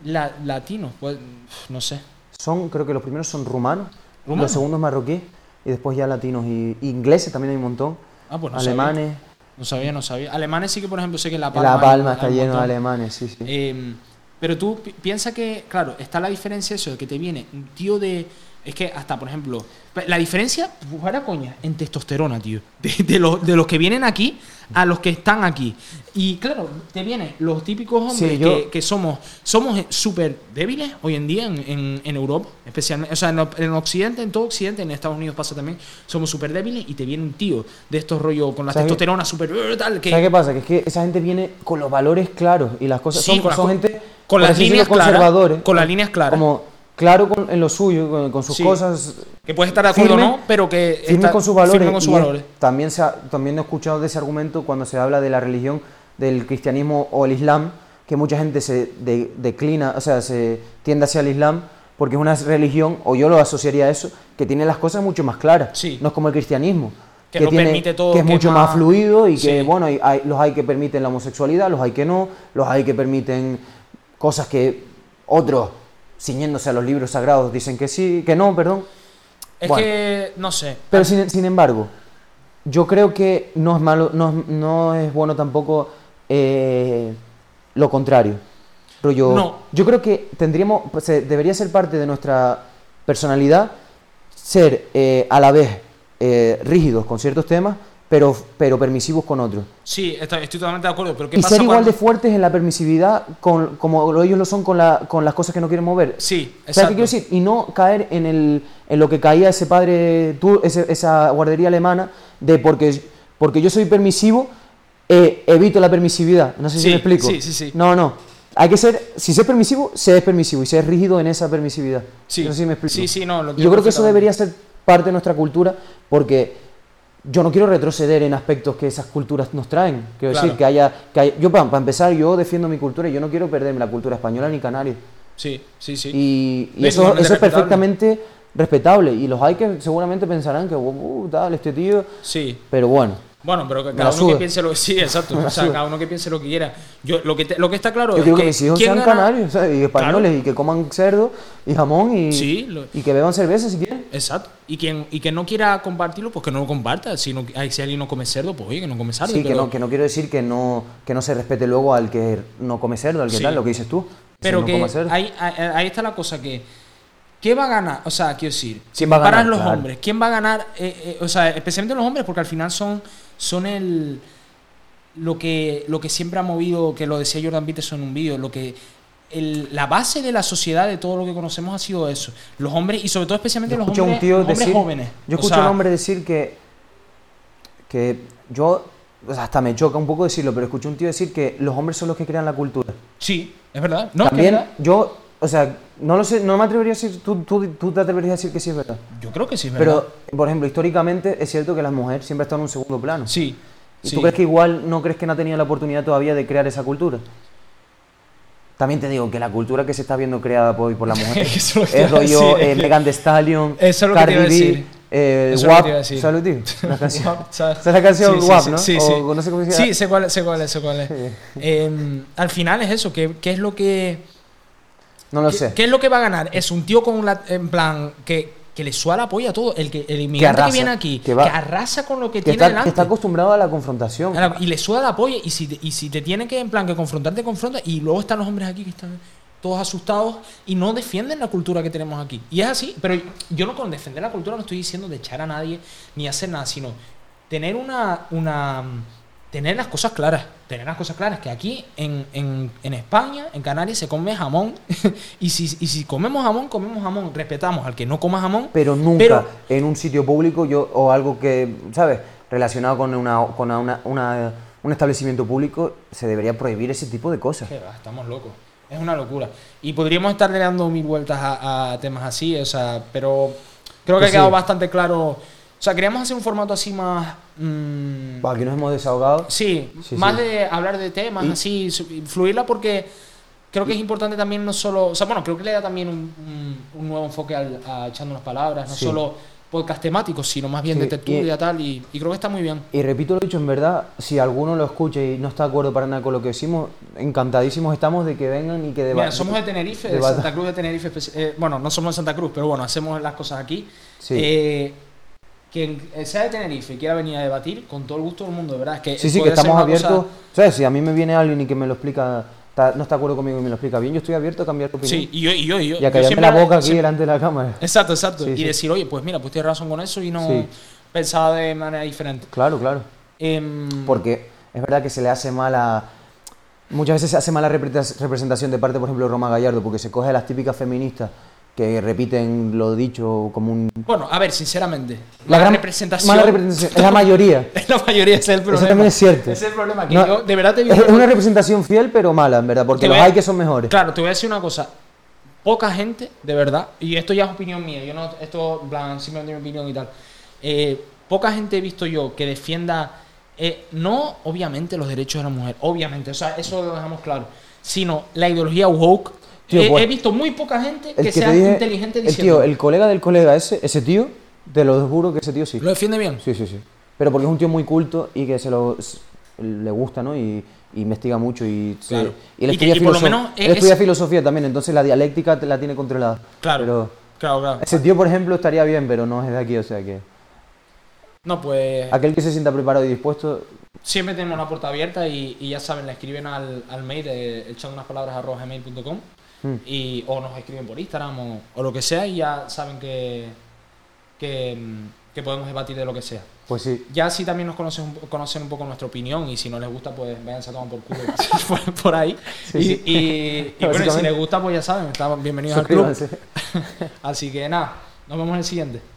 A: La, latinos, pues. pf, No sé.
C: Son, creo que los primeros son rumanos,
A: ¿Rumanos?
C: los segundos marroquíes, y después ya latinos y, y ingleses también hay un montón,
A: Ah, pues no
C: alemanes...
A: Sabía. No sabía, no sabía. Alemanes sí que, por ejemplo, sé que La Palma.
C: La Palma está
A: hay un
C: lleno de
A: montón.
C: alemanes, sí, sí.
A: Eh, Pero tú pi- piensa que, claro, está la diferencia eso de que te viene un tío de. Es que hasta, por ejemplo, la diferencia, fuera coña, en testosterona, tío. De, de los, de los que vienen aquí a los que están aquí. Y claro, te vienen los típicos hombres
C: Sí, yo-
A: que, que somos somos súper débiles hoy en día en, en- en Europa, especialmente, o sea, en, lo- en Occidente, en todo Occidente, en Estados Unidos pasa también, somos súper débiles y te viene un tío de estos rollos con la
C: ¿Sabes qué?
A: testosterona súper eh, tal, que
C: ¿Sabes qué pasa? Que es que esa gente viene con los valores claros y las cosas.
A: Sí,
C: son
A: con las
C: son
A: co-
C: gente.
A: con
C: por
A: las
C: así decirlo,
A: líneas claras,
C: conservadores.
A: con las líneas claras.
C: Como claro con- en lo suyo, con, con sus
A: Sí.
C: cosas.
A: Que puedes estar de acuerdo
C: Firme-
A: o no, pero que.
C: Firme
A: está-
C: con sus valores.
A: firme con sus
C: y es-
A: valores.
C: También, se ha- también he escuchado de ese argumento cuando se habla de la religión, del cristianismo o el islam, que mucha gente se de- declina, o sea, se tiende hacia el islam. Porque es una religión, o yo lo asociaría a eso, que tiene las cosas mucho más claras.
A: Sí.
C: No es como el cristianismo.
A: Que lo permite todo,
C: Que es
A: que es
C: mucho más,
A: más-
C: fluido y que,
A: Sí.
C: bueno, hay- hay- los hay que permiten la homosexualidad, los hay que no, los hay que permiten cosas que otros, ciñéndose a los libros sagrados, dicen que sí, que no, perdón.
A: Es
C: Bueno.
A: que, no sé.
C: Pero sin, sin embargo, yo creo que no es malo, no es, no es bueno tampoco eh, lo contrario. Rollo-
A: No.
C: Yo creo que tendríamos, pues, eh, debería ser parte de nuestra personalidad ser eh, a la vez eh, rígidos con ciertos temas, pero, pero permisivos con otros.
A: Sí, está- estoy totalmente de acuerdo. Pero ¿qué
C: Y
A: pasa
C: ser igual
A: cuando-
C: de fuertes en la permisividad con, como lo- ellos lo son con, la, con las cosas que no quieren mover.
A: Sí,
C: ¿Sabes qué
A: exacto.
C: quiero decir? Y no caer en, el, en lo que caía ese padre, tú, ese- esa guardería alemana, de porque, porque yo soy permisivo, eh, evito la permisividad. No sé
A: Sí,
C: si me explico.
A: sí, sí, sí.
C: No, no. Hay que ser, si se es permisivo, se es permisivo y se es rígido en esa permisividad.
A: Sí.
C: No sé si me explico.
A: Sí, sí, no, lo
C: Yo
A: entiendo
C: creo que eso
A: perfectamente.
C: debería ser parte de nuestra cultura porque yo no quiero retroceder en aspectos que esas culturas nos traen. Quiero
A: Claro.
C: decir, que haya, que haya- Yo, para, empezar, yo defiendo mi cultura y yo no quiero perderme la cultura española ni canaria.
A: Sí, sí, sí.
C: Y, y
A: Sí,
C: eso,
A: totalmente
C: eso es
A: respetable.
C: perfectamente respetable. Y los hay que seguramente pensarán que, uh, uh, tal, este tío.
A: Sí.
C: Pero bueno,
A: Bueno, pero que
C: Me
A: cada
C: la
A: uno que
C: suda.
A: piense lo que sí, exacto.
C: la
A: O sea,
C: suda.
A: cada uno que piense lo que quiera. Yo, lo que, te- lo que está claro
C: yo
A: es
C: quiero que
A: que
C: mis hijos
A: ¿quién
C: sean
A: gana?
C: canarios ¿sabes? y españoles
A: Claro.
C: y que coman cerdo y jamón y,
A: Sí, lo-
C: y que beban cerveza si quieren.
A: Exacto. Y quien, y quien no quiera compartirlo, pues que no lo comparta. Si, no, ay, si alguien no come cerdo, pues oye, que no come cerdo.
C: Sí, que
A: pero-
C: no, que no quiero decir que no, que no se respete luego al que no come cerdo, al que
A: Sí.
C: tal, lo que dices tú.
A: Pero
C: Si no
A: que
C: come cerdo.
A: ahí, ahí- ahí está la cosa que... ¿Qué va a ganar? O sea, quiero decir, si
C: ¿Quién va a
A: comparas
C: ganar?
A: los
C: Claro.
A: hombres, ¿quién va a ganar? Eh, eh, o sea, especialmente los hombres, porque al final son, son el... Lo que, lo que siempre ha movido, que lo decía Jordan Peterson en un vídeo, lo que... el- la base de la sociedad, de todo lo que conocemos, ha sido eso. Los hombres, y sobre todo especialmente
C: Yo
A: los
C: escuché a
A: hombres,
C: un tío
A: los hombres
C: decir-
A: jóvenes.
C: Yo
A: O
C: escucho a
A: sea,
C: un hombre decir que. que yo. o sea, hasta me choca un poco decirlo, pero escuché a un tío decir que los hombres son los que crean la cultura.
A: Sí, es verdad. No, es que es
C: También,
A: verdad.
C: yo. O sea, no lo sé, no me atrevería a decir. Tú, tú, tú te atreverías a decir que sí es verdad.
A: Yo creo que sí, es verdad.
C: Pero, por ejemplo, históricamente es cierto que las mujeres siempre están en un segundo plano.
A: sí.
C: ¿Y
A: sí.
C: tú crees que igual no crees que no ha tenido la oportunidad todavía de crear esa cultura? También te digo que la cultura que se está viendo creada por, por la mujer
A: Eso es lo que te
C: es
A: iba a
C: rollo
A: decir,
C: eh,
A: es que-
C: Megan Thee Stallion,
A: Eso es lo que te
C: Cardi
A: iba a
C: B,
A: decir.
C: eh,
A: Eso es lo que
C: WAP,
A: te iba a decir.
C: ¿sabes lo que digo? La canción.
A: Guap, ¿sabes?
C: Esa es la canción
A: Sí, sí,
C: Guap,
A: sí,
C: ¿no?
A: Sí, sí.
C: O no sé cómo se llama.
A: Sí, sé cuál, sé cuál es, sé cuál es. Eh, al final es eso, ¿qué, qué es lo que...
C: No lo
A: qué-
C: sé.
A: qué es lo que va a ganar? Es un tío con la, en plan que, que le suela apoyo a todo, el, que, el inmigrante que
C: arrasa,
A: viene aquí, que,
C: que va-
A: arrasa con lo que,
C: Que
A: tiene
C: está, que
A: delante.
C: está acostumbrado a la confrontación.
A: Ahora, Y le suda la polla. Y si, te, y si te tiene que, en plan, que confrontar, te confronta. Y luego están los hombres aquí que están todos asustados y no defienden la cultura que tenemos aquí. Y es así. Pero yo no con defender la cultura no estoy diciendo de echar a nadie ni hacer nada, sino tener una... una tener las cosas claras. Tener las cosas claras. Que aquí en, en- en España, en Canarias, se come jamón. y, si, y si comemos jamón, comemos jamón. Respetamos al que no coma jamón.
C: Pero nunca
A: Pero-
C: en un sitio público yo, o algo que, ¿sabes? Relacionado con, una, con una- una- un establecimiento público, se debería prohibir ese tipo de cosas.
A: Que va, estamos locos. Es una locura. Y podríamos estarle dando mil vueltas a, a temas así, o sea, pero creo que ha
C: Pues
A: quedado
C: sí.
A: bastante claro. O sea, queríamos hacer un formato así más. mm,
C: Bueno, Aquí nos hemos desahogado.
A: sí,
C: Sí,
A: más
C: sí. Mm.
A: de hablar de temas
C: Y-
A: así, su- fluirla, porque creo
C: Mm.
A: que es importante también, no solo. O sea, bueno, creo que le da también un, un- un nuevo enfoque al, a echando las palabras, no
C: Sí.
A: solo podcast temáticos, sino más bien
C: Sí,
A: de
C: y-
A: tertulia tal, y, y creo que está muy bien.
C: Y repito lo dicho, en verdad, si alguno lo escucha y no está de acuerdo para nada con lo que decimos, encantadísimos estamos de que vengan y que
A: Mira,
C: debatan.
A: somos de Tenerife, de
C: debata-
A: Santa Cruz de Tenerife. especi- eh, bueno, no somos de Santa Cruz, pero bueno, hacemos las cosas aquí.
C: Sí.
A: Eh, quien sea de Tenerife y quiera venir a debatir, con todo el gusto del mundo, de verdad. Es que
C: Sí, sí, que
A: podría ser
C: estamos
A: una cosa-
C: abiertos. ¿Sabes? Si a mí me viene alguien y que me lo explica está- no está de acuerdo conmigo y me lo explica bien, yo estoy abierto a cambiar tu opinión.
A: Sí, y yo, y yo, y yo.
C: y a
A: yo
C: callarme
A: siempre-
C: la boca aquí
A: siempre-
C: delante de la cámara.
A: Exacto, exacto.
C: Sí,
A: y
C: sí.
A: decir, oye, pues mira, pues tienes razón con eso y no
C: Sí.
A: pensaba de manera diferente.
C: Claro, claro.
A: Em,
C: Porque es verdad que se le hace mala. Muchas veces se hace mala repre- representación de parte, por ejemplo, de Roma Gallardo, porque se coge a las típicas feministas que repiten lo dicho como un.
A: bueno, a ver, sinceramente.
C: La gran-
A: representación.
C: Mala representación. Es la mayoría.
A: Es la mayoría, ese es el problema.
C: Eso también es cierto.
A: Ese es el problema. Ah, Que
C: No,
A: yo, de verdad te digo.
C: Es una representación fiel, pero mala, en verdad, porque
A: Te
C: los
A: voy a-
C: hay que son mejores.
A: Claro, te voy a decir una cosa. Poca gente, de verdad, y esto ya es opinión mía, yo no, esto, en plan, simplemente mi opinión y tal. Eh, poca gente he visto yo que defienda, eh, no obviamente los derechos de la mujer, obviamente, o sea, eso lo dejamos claro, sino la ideología woke.
C: Tío,
A: Eh,
C: pues,
A: he visto muy poca gente que,
C: El que
A: sea
C: te dije-
A: inteligente
C: el
A: diciendo.
C: tío, el colega del colega, ese, ese tío, te lo juro que ese tío sí.
A: ¿Lo defiende bien?
C: Sí, sí, sí. Pero porque es un tío muy culto y que se lo s- le gusta, ¿no? Y, y investiga mucho y, se-
A: Claro.
C: y él
A: Y que-
C: estudia,
A: y por lo
C: filoso-
A: menos
C: él
A: es-
C: estudia filosofía también, entonces la dialéctica te la tiene controlada.
A: Claro,
C: Pero
A: claro, claro.
C: ese tío, por ejemplo, estaría bien, pero no es de aquí, o sea que
A: No, pues
C: aquel que se sienta preparado y dispuesto,
A: siempre tenemos la puerta abierta y, y ya saben, le escriben al, al mail de echando unas palabras arroba gmail.com
C: Mm.
A: y o nos escriben por Instagram o, o lo que sea y ya saben que, que, mm, que podemos debatir de lo que sea.
C: pues sí.
A: Ya si también nos conocen, un po- conocen un poco nuestra opinión y si no les gusta pues váyanse a tomar por culo por, por ahí.
C: Sí,
A: y
C: sí.
A: y- y bueno, y si
C: Básicamente.
A: les gusta pues ya saben, están bienvenidos al club.
C: Suscríbanse.
A: Así que nada, nos vemos en el siguiente.